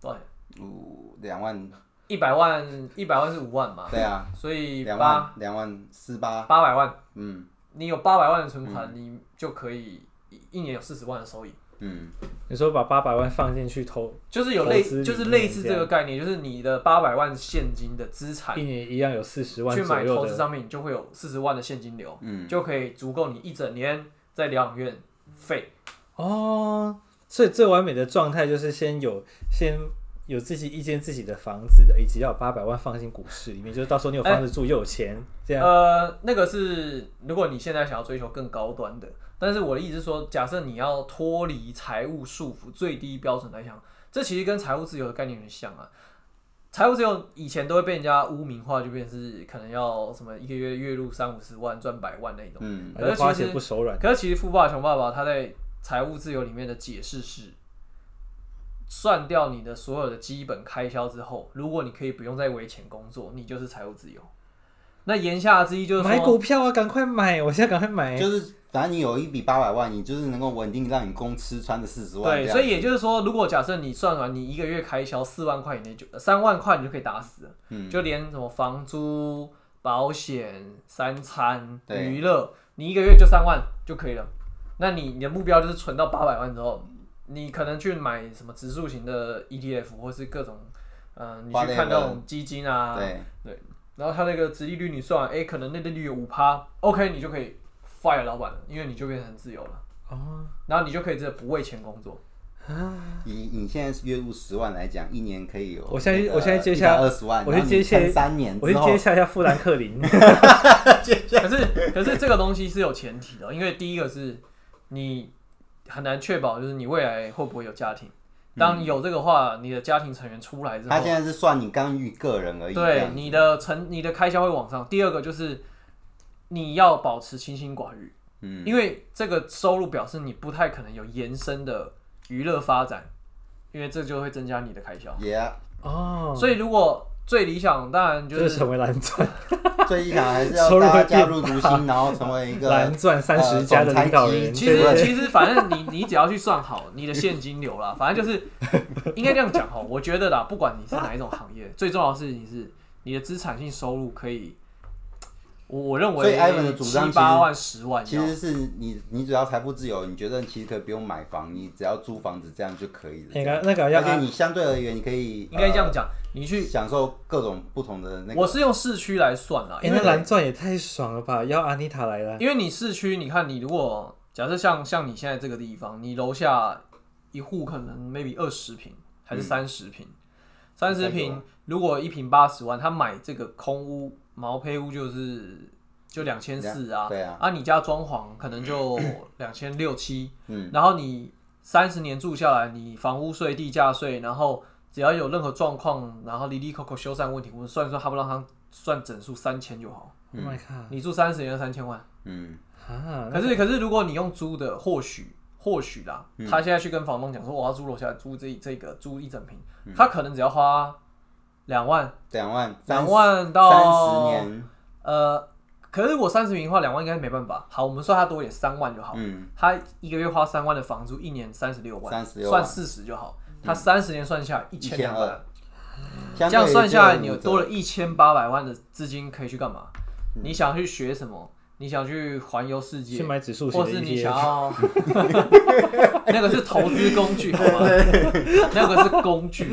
[SPEAKER 1] 多少钱？
[SPEAKER 3] 五两万，
[SPEAKER 1] 一百万，一百万是五万嘛，
[SPEAKER 3] 对啊，
[SPEAKER 1] 所以
[SPEAKER 3] 两
[SPEAKER 1] 八
[SPEAKER 3] 万两万四八，
[SPEAKER 1] 八百万，
[SPEAKER 3] 嗯
[SPEAKER 1] 你有八百万的存款，你就可以一一年有四十万的收益，
[SPEAKER 3] 嗯，
[SPEAKER 2] 你说把八百万放进去投，
[SPEAKER 1] 就是有类，
[SPEAKER 2] 投资理念
[SPEAKER 1] 就是类似这个概念，就是你的八百万现金的资产
[SPEAKER 2] 一年一样有四十万
[SPEAKER 1] 啊去
[SPEAKER 2] 左
[SPEAKER 1] 买
[SPEAKER 2] 右
[SPEAKER 1] 投资
[SPEAKER 2] 的，
[SPEAKER 1] 商品，你就会有四十万的现金流，
[SPEAKER 3] 嗯
[SPEAKER 1] 就可以足够你一整年在疗养院费。
[SPEAKER 2] 哦，所以最完美的状态就是先有先有自己一间自己的房子的，以及要有八百万放进股市里面，就是到时候你有房子住又有钱，这样
[SPEAKER 1] 呃，那个是如果你现在想要追求更高端的，但是我的意思是说，假设你要脱离财务束缚，最低标准来讲，这其实跟财务自由的概念很像啊。财务自由以前都会被人家污名化，就变成是可能要什么一个月月入三五十万赚百万那种。
[SPEAKER 3] 嗯，
[SPEAKER 1] 可是
[SPEAKER 2] 花
[SPEAKER 1] 其实
[SPEAKER 2] 钱不手软。
[SPEAKER 1] 可是其实《富爸爸穷爸爸》他在财务自由里面的解释是，算掉你的所有的基本开销之后，如果你可以不用再为钱工作，你就是财务自由。那言下之意就是
[SPEAKER 2] 买
[SPEAKER 1] 说，
[SPEAKER 2] 股票啊，赶快买！我现在赶快买。
[SPEAKER 3] 就是反正你有一笔八百万，你就是能够稳定让你供吃穿的四十万这
[SPEAKER 1] 对，
[SPEAKER 3] 样。
[SPEAKER 1] 所以也就是说，如果假设你算完你一个月开销四万块以内就三万块，你就可以打死了，
[SPEAKER 3] 嗯
[SPEAKER 1] 就连什么房租、保险、三餐、
[SPEAKER 3] 对
[SPEAKER 1] 娱乐，你一个月就三万就可以了。那你你的目标就是存到八百万之后，你可能去买什么指数型的 ETF，或是各种，嗯、你去看那种基金啊，
[SPEAKER 3] 对，
[SPEAKER 1] 然后它那个殖利率你算完，哎、可能那利率有五趴，OK，你就可以 fire 老板了，因为你就变成自由了，
[SPEAKER 2] 哦
[SPEAKER 1] 然后你就可以真的不为钱工作。
[SPEAKER 2] 啊，
[SPEAKER 3] 以你现在月入十万来讲，一年可以有
[SPEAKER 2] 我现在我现在接下
[SPEAKER 3] 二十万，
[SPEAKER 2] 我去接下
[SPEAKER 3] 然后你撑三年
[SPEAKER 2] 我去
[SPEAKER 3] 之后
[SPEAKER 2] 接下一下富兰 克林。
[SPEAKER 1] 可是可是这个东西是有前提的，因为第一个是你很难确保，就是你未来会不会有家庭。当你有这个话，你的家庭成员出来之
[SPEAKER 3] 嗯他
[SPEAKER 1] 后，
[SPEAKER 3] 现在是算你刚遇个人而已，这
[SPEAKER 1] 对
[SPEAKER 3] 样
[SPEAKER 1] 你的成你的开销会往上。第二个就是你要保持清心寡欲，
[SPEAKER 3] 嗯，
[SPEAKER 1] 因为这个收入表示你不太可能有延伸的娱乐发展，因为这就会增加你的开销。
[SPEAKER 3] 也、嗯
[SPEAKER 2] 哦，
[SPEAKER 1] 所以如果最理想，当然就
[SPEAKER 2] 就是
[SPEAKER 1] 是
[SPEAKER 2] 成为蓝钻，
[SPEAKER 3] 最理想还 是要
[SPEAKER 2] 收入
[SPEAKER 3] 大
[SPEAKER 2] 会
[SPEAKER 3] 家加
[SPEAKER 2] 变
[SPEAKER 3] 入读
[SPEAKER 2] 大
[SPEAKER 3] 心，然后成为一个
[SPEAKER 2] 蓝
[SPEAKER 1] 呃
[SPEAKER 2] 钻三十家的领导人。哎
[SPEAKER 1] 其
[SPEAKER 3] 对不
[SPEAKER 1] 实
[SPEAKER 3] 对
[SPEAKER 1] 其实反正你你只要去算好你的现金流啦，反正就是应该这样讲哈。我觉得啦，不管你是哪一种行业，最重要的事情是你的资产性收入可以，我我认
[SPEAKER 3] 所以
[SPEAKER 1] 为
[SPEAKER 3] Ivan 的主张
[SPEAKER 1] 七
[SPEAKER 3] 其实
[SPEAKER 1] 八万十万
[SPEAKER 3] 其
[SPEAKER 1] 要
[SPEAKER 3] 实是你，你只要财富自由，你觉得其实可以不用买房，你只要租房子这样就可以了。
[SPEAKER 2] 那个那个要
[SPEAKER 3] 而且你相对而言，你可以
[SPEAKER 1] 啊应该这样
[SPEAKER 3] 呃
[SPEAKER 1] 讲。你去，
[SPEAKER 3] 享受各种不同的那个。
[SPEAKER 1] 我是用市区来算啦，
[SPEAKER 2] 哎、
[SPEAKER 1] 因
[SPEAKER 2] 那
[SPEAKER 1] 为
[SPEAKER 2] 蓝钻也太爽了吧！要安妮塔来了，
[SPEAKER 1] 因为你市区，你看你如果假设像像你现在这个地方，你楼下一户可能 maybe 二十平还是三十平，三十
[SPEAKER 3] 太
[SPEAKER 1] 平如果一平八十万，他买这个空屋毛坯屋就是就两千四啊，
[SPEAKER 3] 对啊，
[SPEAKER 1] 啊你家装潢可能就两千六七，
[SPEAKER 3] 嗯，
[SPEAKER 1] 然后你三十年住下来，你房屋税、地价税，然后只要有任何状况，然后离离扣扣修缮问题，我们算一算，他不让他算整数三千就好，
[SPEAKER 2] Oh my god！
[SPEAKER 1] 你住三十年三千万。
[SPEAKER 3] 嗯，
[SPEAKER 2] 啊，
[SPEAKER 1] 可是可是如果你用租的，或许或许啦，他现在去跟房东讲说我要租楼下租这这个租一整平，他可能只要花两万
[SPEAKER 3] 两万，
[SPEAKER 1] 两万到
[SPEAKER 3] 三十年，
[SPEAKER 1] 呃，可是我三十平的话，两万应该没办法。好，我们算他多一点，三万就好。
[SPEAKER 3] 嗯，
[SPEAKER 1] 他一个月花三万的房租，一年三十六万，
[SPEAKER 3] 36
[SPEAKER 1] 算
[SPEAKER 3] 万
[SPEAKER 1] 四十就好。他三十年算下来一千两百，
[SPEAKER 3] 相对
[SPEAKER 1] 这样算下来，你有
[SPEAKER 3] 有
[SPEAKER 1] 多了一千八百万的资金可以去干嘛？你想去学什么？你想去环游世界？
[SPEAKER 2] 去买指数型
[SPEAKER 1] 或
[SPEAKER 2] 的 E
[SPEAKER 1] 是你想
[SPEAKER 2] ETF，
[SPEAKER 1] 要，那个是投资工具，好吗？ 那个是工具，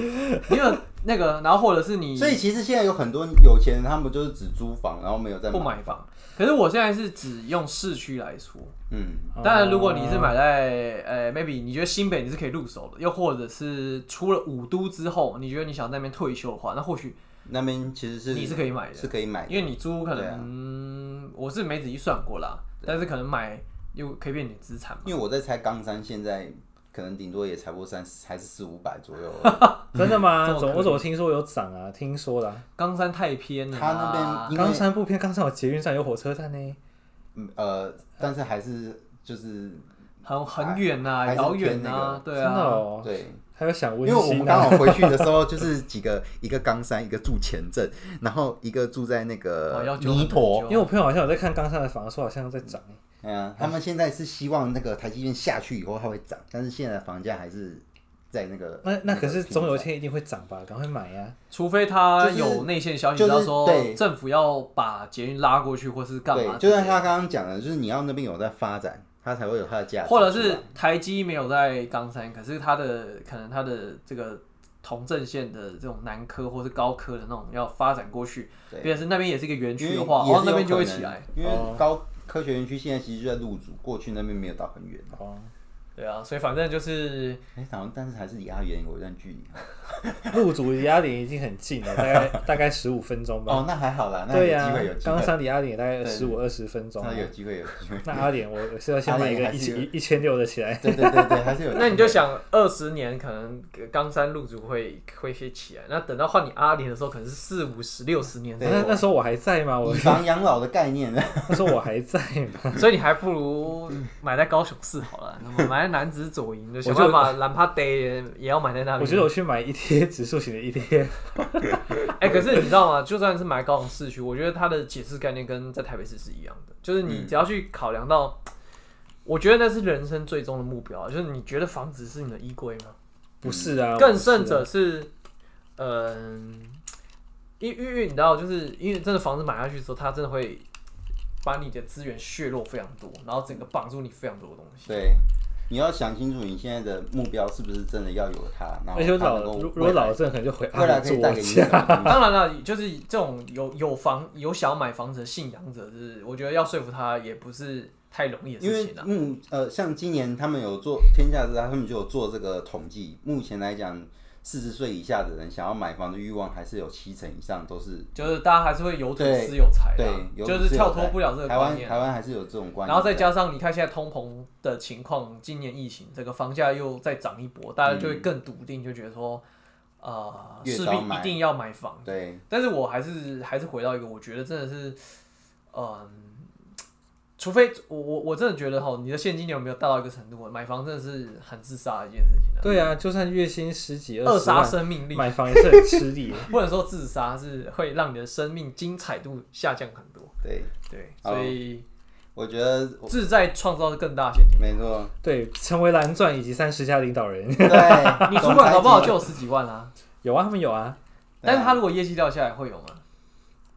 [SPEAKER 1] 因为那个，然后或者是你
[SPEAKER 3] 所以其实现在有很多有钱人，他们就是只租房，然后没有在
[SPEAKER 1] 不。买房。可是我现在是只用市区来说，
[SPEAKER 3] 嗯，
[SPEAKER 1] 当然如果
[SPEAKER 2] 哦
[SPEAKER 1] 你是买在呃，maybe 你觉得新北你是可以入手的，又或者是出了五都之后，你觉得你想在那边退休的话，那或许
[SPEAKER 3] 那边其实是
[SPEAKER 1] 你是可以买的
[SPEAKER 3] 是可以买的，
[SPEAKER 1] 因为你租可
[SPEAKER 3] 哎对啊
[SPEAKER 1] 能、我是没仔细算过啦，但是可能买又可以变你的资产嘛。
[SPEAKER 3] 因为我在猜冈山现在可能顶多也才不过三还是四五百左右而 已。
[SPEAKER 2] 真的吗？
[SPEAKER 1] 这么
[SPEAKER 2] 怎么
[SPEAKER 1] 可
[SPEAKER 2] 我怎么听说有涨啊？听说啦，
[SPEAKER 1] 冈山太偏了啦，
[SPEAKER 3] 他那边因为
[SPEAKER 2] 冈山不偏，冈山有捷运站，有火车站呢。
[SPEAKER 3] 嗯呃，但是还是就是
[SPEAKER 1] 很很远呐、
[SPEAKER 3] 还是
[SPEAKER 1] 遥远
[SPEAKER 3] 偏那
[SPEAKER 1] 呐
[SPEAKER 3] 个，
[SPEAKER 1] 对
[SPEAKER 2] 真的
[SPEAKER 1] 啊，
[SPEAKER 2] 哦。
[SPEAKER 3] 对，
[SPEAKER 2] 还有想
[SPEAKER 3] 因
[SPEAKER 2] 温
[SPEAKER 3] 为我们
[SPEAKER 2] 馨
[SPEAKER 3] 刚
[SPEAKER 2] 啊，
[SPEAKER 3] 好回去的时候，就是几个， 一个冈山，一个住前镇，然后一个住在那
[SPEAKER 1] 哦要
[SPEAKER 3] 个
[SPEAKER 1] 久很
[SPEAKER 3] 弥陀
[SPEAKER 1] 久。
[SPEAKER 2] 因为我朋友好像有在看冈山的房，说好像在涨。
[SPEAKER 3] 嗯、他们现在是希望那个台积电下去以后它会涨，但是现在的房价还是在那个
[SPEAKER 2] 那那可是总有一
[SPEAKER 3] 平
[SPEAKER 2] 天一定会涨吧？赶快买啊呀！
[SPEAKER 1] 除非他
[SPEAKER 3] 就是
[SPEAKER 1] 有内线消息，
[SPEAKER 3] 就是
[SPEAKER 1] 知道说
[SPEAKER 3] 对
[SPEAKER 1] 政府要把捷运拉过去，或是
[SPEAKER 3] 台
[SPEAKER 1] 干嘛
[SPEAKER 3] 对，
[SPEAKER 1] 之
[SPEAKER 3] 就
[SPEAKER 1] 类的，
[SPEAKER 3] 像他刚刚讲的，就是你要那边有在发展，它才会有它的价值出
[SPEAKER 1] 或
[SPEAKER 3] 来，
[SPEAKER 1] 者是台积没有在冈山，可是他的可能他的这个同阵线的这种南科或是高科的那种要发展过去，
[SPEAKER 3] 对
[SPEAKER 1] 变成是那边也是一个园
[SPEAKER 3] 因
[SPEAKER 1] 区
[SPEAKER 3] 为
[SPEAKER 1] 的话，
[SPEAKER 3] 也
[SPEAKER 1] 哦
[SPEAKER 3] 是
[SPEAKER 1] 那边
[SPEAKER 3] 有
[SPEAKER 1] 就会
[SPEAKER 3] 可能
[SPEAKER 1] 起来，，
[SPEAKER 3] 因
[SPEAKER 2] 哦
[SPEAKER 3] 为高科学园区现在其实就在入主，过去那边没有到很远，
[SPEAKER 2] 哦，
[SPEAKER 1] 对啊，所以反正就是
[SPEAKER 3] 哎、好像但是还是离阿远有一段距离。
[SPEAKER 2] 入主离阿点已经很近了，大 概大概十五分钟吧。
[SPEAKER 3] 哦，那还好啦，那
[SPEAKER 2] 对
[SPEAKER 3] 有
[SPEAKER 2] 呀、
[SPEAKER 3] 机会有机
[SPEAKER 2] 刚刚
[SPEAKER 3] 会，
[SPEAKER 2] 上离阿点也大概
[SPEAKER 3] 对
[SPEAKER 2] 十五二十分钟啊
[SPEAKER 3] 那。有机会有机会。
[SPEAKER 2] 那阿点，我是要先买一个
[SPEAKER 3] 阿点还
[SPEAKER 2] 一
[SPEAKER 3] 是
[SPEAKER 2] 千一千六的起来。
[SPEAKER 3] 对对对对，还是有机会。
[SPEAKER 1] 那你就想二十年可能冈山入主会会先起来，那等到换你阿联的时候，可能是四五十六十年之
[SPEAKER 2] 那那
[SPEAKER 1] 后，
[SPEAKER 2] 时候我还在吗？我
[SPEAKER 3] 以房养老的概念呢？
[SPEAKER 2] 那时候我还在吗？
[SPEAKER 1] 所以你还不如买在高雄市好了，那么买在南子左营，就想
[SPEAKER 2] 嗯 我就
[SPEAKER 1] 办法兰帕德也要买在那边。
[SPEAKER 2] 我觉得我去买 ETF 指数型的 E ETF，
[SPEAKER 1] 哎、可是你知道吗？就算是买高雄市区，我觉得它的解释概念跟在台北市是一样的，就是
[SPEAKER 2] 嗯
[SPEAKER 1] 你只要去考量到，我觉得那是人生最终的目标，就是你觉得房子是你的衣柜吗？
[SPEAKER 2] 不是啊，
[SPEAKER 1] 更
[SPEAKER 2] 不是
[SPEAKER 1] 甚
[SPEAKER 2] 啊
[SPEAKER 1] 者是，嗯、因因为你知道，就是因为真的房子买下去之后，它真的会把你的资源削弱非常多，然后整个绑住你非常多的东西。
[SPEAKER 3] 对，你要想清楚你现在的目标是不是真的要有它，然后
[SPEAKER 2] 而且我
[SPEAKER 3] 它啊能
[SPEAKER 2] 老
[SPEAKER 3] 够
[SPEAKER 2] 如如果
[SPEAKER 3] 未
[SPEAKER 2] 老
[SPEAKER 3] 来
[SPEAKER 2] 了真的可能就回阿
[SPEAKER 3] 未来
[SPEAKER 2] 联
[SPEAKER 3] 可以
[SPEAKER 2] 住
[SPEAKER 3] 带
[SPEAKER 2] 我
[SPEAKER 3] 给你
[SPEAKER 2] 家
[SPEAKER 3] 什。么？
[SPEAKER 1] 当然了，就是这种有有房有想买房子的信仰者，是我觉得要说服他也不是太容易的
[SPEAKER 3] 因
[SPEAKER 1] 事
[SPEAKER 3] 为
[SPEAKER 1] 情啊。
[SPEAKER 3] 目呃，像今年他们有做天下之大，他们就有做这个统计。目前来讲，四十岁以下的人想要买房的欲望还是有七成以上都是
[SPEAKER 1] 就是大家还是会有土
[SPEAKER 3] 对
[SPEAKER 1] 私有财
[SPEAKER 3] 对
[SPEAKER 1] 啦，，
[SPEAKER 3] 有
[SPEAKER 1] 啊就
[SPEAKER 3] 自
[SPEAKER 1] 是
[SPEAKER 3] 由
[SPEAKER 1] 跳
[SPEAKER 3] 在
[SPEAKER 1] 脱不了这个
[SPEAKER 3] 台
[SPEAKER 1] 观
[SPEAKER 3] 湾
[SPEAKER 1] 念。啊
[SPEAKER 3] 台湾还是有这种观念，
[SPEAKER 1] 然后再加上你看现在通膨的情况，今年疫情这个房价又再涨一波，大家就会更笃定，就觉得说，啊、
[SPEAKER 3] 越
[SPEAKER 1] 势
[SPEAKER 3] 早
[SPEAKER 1] 必
[SPEAKER 3] 买
[SPEAKER 1] 一定要买房。
[SPEAKER 3] 对
[SPEAKER 1] 但是我还是还是回到一个，我觉得真的是，嗯，除非我我我真的觉得哈，你的现金流没有大到一个程度，买房真的是很自杀的一件事情、啊，
[SPEAKER 2] 对啊，就算月薪十几二
[SPEAKER 1] 扼
[SPEAKER 2] 十
[SPEAKER 1] 杀
[SPEAKER 2] 万，
[SPEAKER 1] 生命力，
[SPEAKER 2] 买房也是很吃 力。
[SPEAKER 1] 不能说自杀是会让你的生命精彩度下降很多。
[SPEAKER 3] 对，
[SPEAKER 1] 对，
[SPEAKER 3] 好
[SPEAKER 2] 哦
[SPEAKER 1] 所以
[SPEAKER 3] 我觉得
[SPEAKER 1] 志在创造更大的现金流。
[SPEAKER 3] 没 错，
[SPEAKER 2] 对，成为蓝钻以及三十家领导人，
[SPEAKER 3] 对，
[SPEAKER 1] 你主
[SPEAKER 3] 总
[SPEAKER 1] 管
[SPEAKER 3] 裁
[SPEAKER 1] 搞不好
[SPEAKER 3] 级
[SPEAKER 1] 就有十几万啦、
[SPEAKER 2] 有啊，他们有啊。呃
[SPEAKER 1] 但是他如果业绩掉下来会有吗？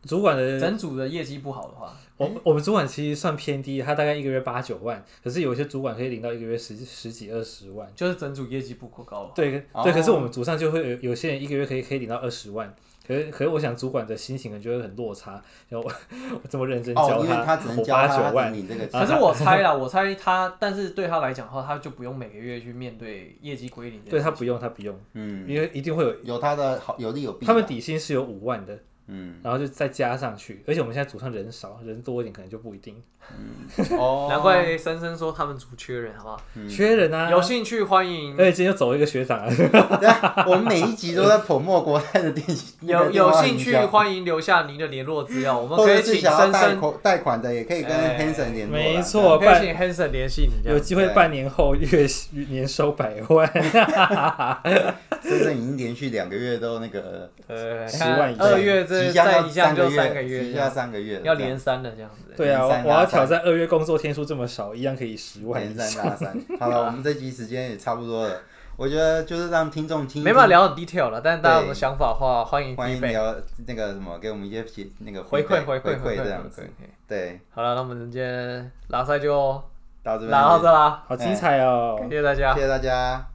[SPEAKER 2] 主管的，
[SPEAKER 1] 整组的业绩不好的话，
[SPEAKER 2] 我我们主管其实算偏低，他大概一个月八九万，可是有一些主管可以领到一个月十十几二十万。
[SPEAKER 1] 就是整组业绩不够高了。
[SPEAKER 2] 对
[SPEAKER 3] 哦
[SPEAKER 2] 对，可是我们组上就会有有些人一个月可以可以领到二十万，可是可是我想主管的心情可能就会 很落差，然后我我这么认真
[SPEAKER 3] 哦，
[SPEAKER 2] 教
[SPEAKER 3] 因为他只能
[SPEAKER 2] 我
[SPEAKER 3] 教他
[SPEAKER 2] 八九
[SPEAKER 3] 他
[SPEAKER 2] 万
[SPEAKER 3] 只，领这 个
[SPEAKER 1] 可是我猜 啦，我猜他，但是对他来讲的话，他就不用每个月去面对业绩归零这件
[SPEAKER 2] 对
[SPEAKER 1] 事。
[SPEAKER 2] 他不用他不用，
[SPEAKER 3] 嗯，
[SPEAKER 2] 因为一定会有，
[SPEAKER 3] 有他的好有利有弊啊。
[SPEAKER 2] 他们底薪是有五万的，
[SPEAKER 3] 嗯
[SPEAKER 2] 然后就再加上去，而且我们现在组上人少，人多一点可能就不一定，
[SPEAKER 3] 哦，
[SPEAKER 1] 难怪森森说他们组缺人，好不好？
[SPEAKER 2] 缺人啊。
[SPEAKER 1] 有兴趣欢迎。
[SPEAKER 2] 而且今天又走了一个学长啊，
[SPEAKER 3] 对啊我们每一集都在捧墨国泰的电信，
[SPEAKER 1] 有有兴趣
[SPEAKER 3] 的，
[SPEAKER 1] 欢迎留下您的联络资料，我们
[SPEAKER 3] 或
[SPEAKER 1] 可
[SPEAKER 3] 者
[SPEAKER 1] 以
[SPEAKER 3] 是
[SPEAKER 1] 请
[SPEAKER 3] 想要
[SPEAKER 1] 森
[SPEAKER 3] 贷
[SPEAKER 1] 森，
[SPEAKER 3] 款贷款的，也可以跟
[SPEAKER 1] 哎
[SPEAKER 3] Hanson 联络啦。
[SPEAKER 2] 没
[SPEAKER 3] 这样
[SPEAKER 2] 错，
[SPEAKER 1] 可以
[SPEAKER 2] 半
[SPEAKER 1] 请 Hanson 联系你这
[SPEAKER 2] 有
[SPEAKER 1] 样。
[SPEAKER 2] 机会
[SPEAKER 3] 对
[SPEAKER 2] 半年后月年收百万，
[SPEAKER 3] 深圳已经连续两个月都那个，
[SPEAKER 1] 呃，
[SPEAKER 2] 10
[SPEAKER 1] 看
[SPEAKER 2] 万以上
[SPEAKER 1] 二月这
[SPEAKER 3] 即将
[SPEAKER 1] 再
[SPEAKER 3] 要
[SPEAKER 1] 一下就
[SPEAKER 3] 三
[SPEAKER 1] 三个月
[SPEAKER 3] 即
[SPEAKER 1] 这
[SPEAKER 3] 将要
[SPEAKER 1] 样，
[SPEAKER 3] 三个月了，
[SPEAKER 1] 要连三了这样子。
[SPEAKER 2] 对啊，我
[SPEAKER 3] 连三
[SPEAKER 2] 我
[SPEAKER 3] 拉
[SPEAKER 2] 要
[SPEAKER 3] 三
[SPEAKER 2] 挑战二月工作天数这么少，一样可以十
[SPEAKER 3] 这样
[SPEAKER 2] 万以上。
[SPEAKER 3] 连三拉三。好了，我们这集时间也差不多了，我觉得就是让听众听，
[SPEAKER 1] 没办法，聊很 detail 了，但是大家有
[SPEAKER 3] 嗯对
[SPEAKER 1] 什么想法的话，欢迎
[SPEAKER 3] 欢迎
[SPEAKER 1] feedback
[SPEAKER 3] 聊那个什么，给我们一些那个
[SPEAKER 1] 回馈
[SPEAKER 3] feedback，
[SPEAKER 1] 回馈
[SPEAKER 3] 馈
[SPEAKER 1] 馈
[SPEAKER 3] 这样子。。对，
[SPEAKER 1] 好了，那我们今天拉塞就
[SPEAKER 3] 到这边，
[SPEAKER 1] 拉到这啦，
[SPEAKER 2] 好精彩哦！
[SPEAKER 1] 感谢大家
[SPEAKER 3] 谢。谢大家。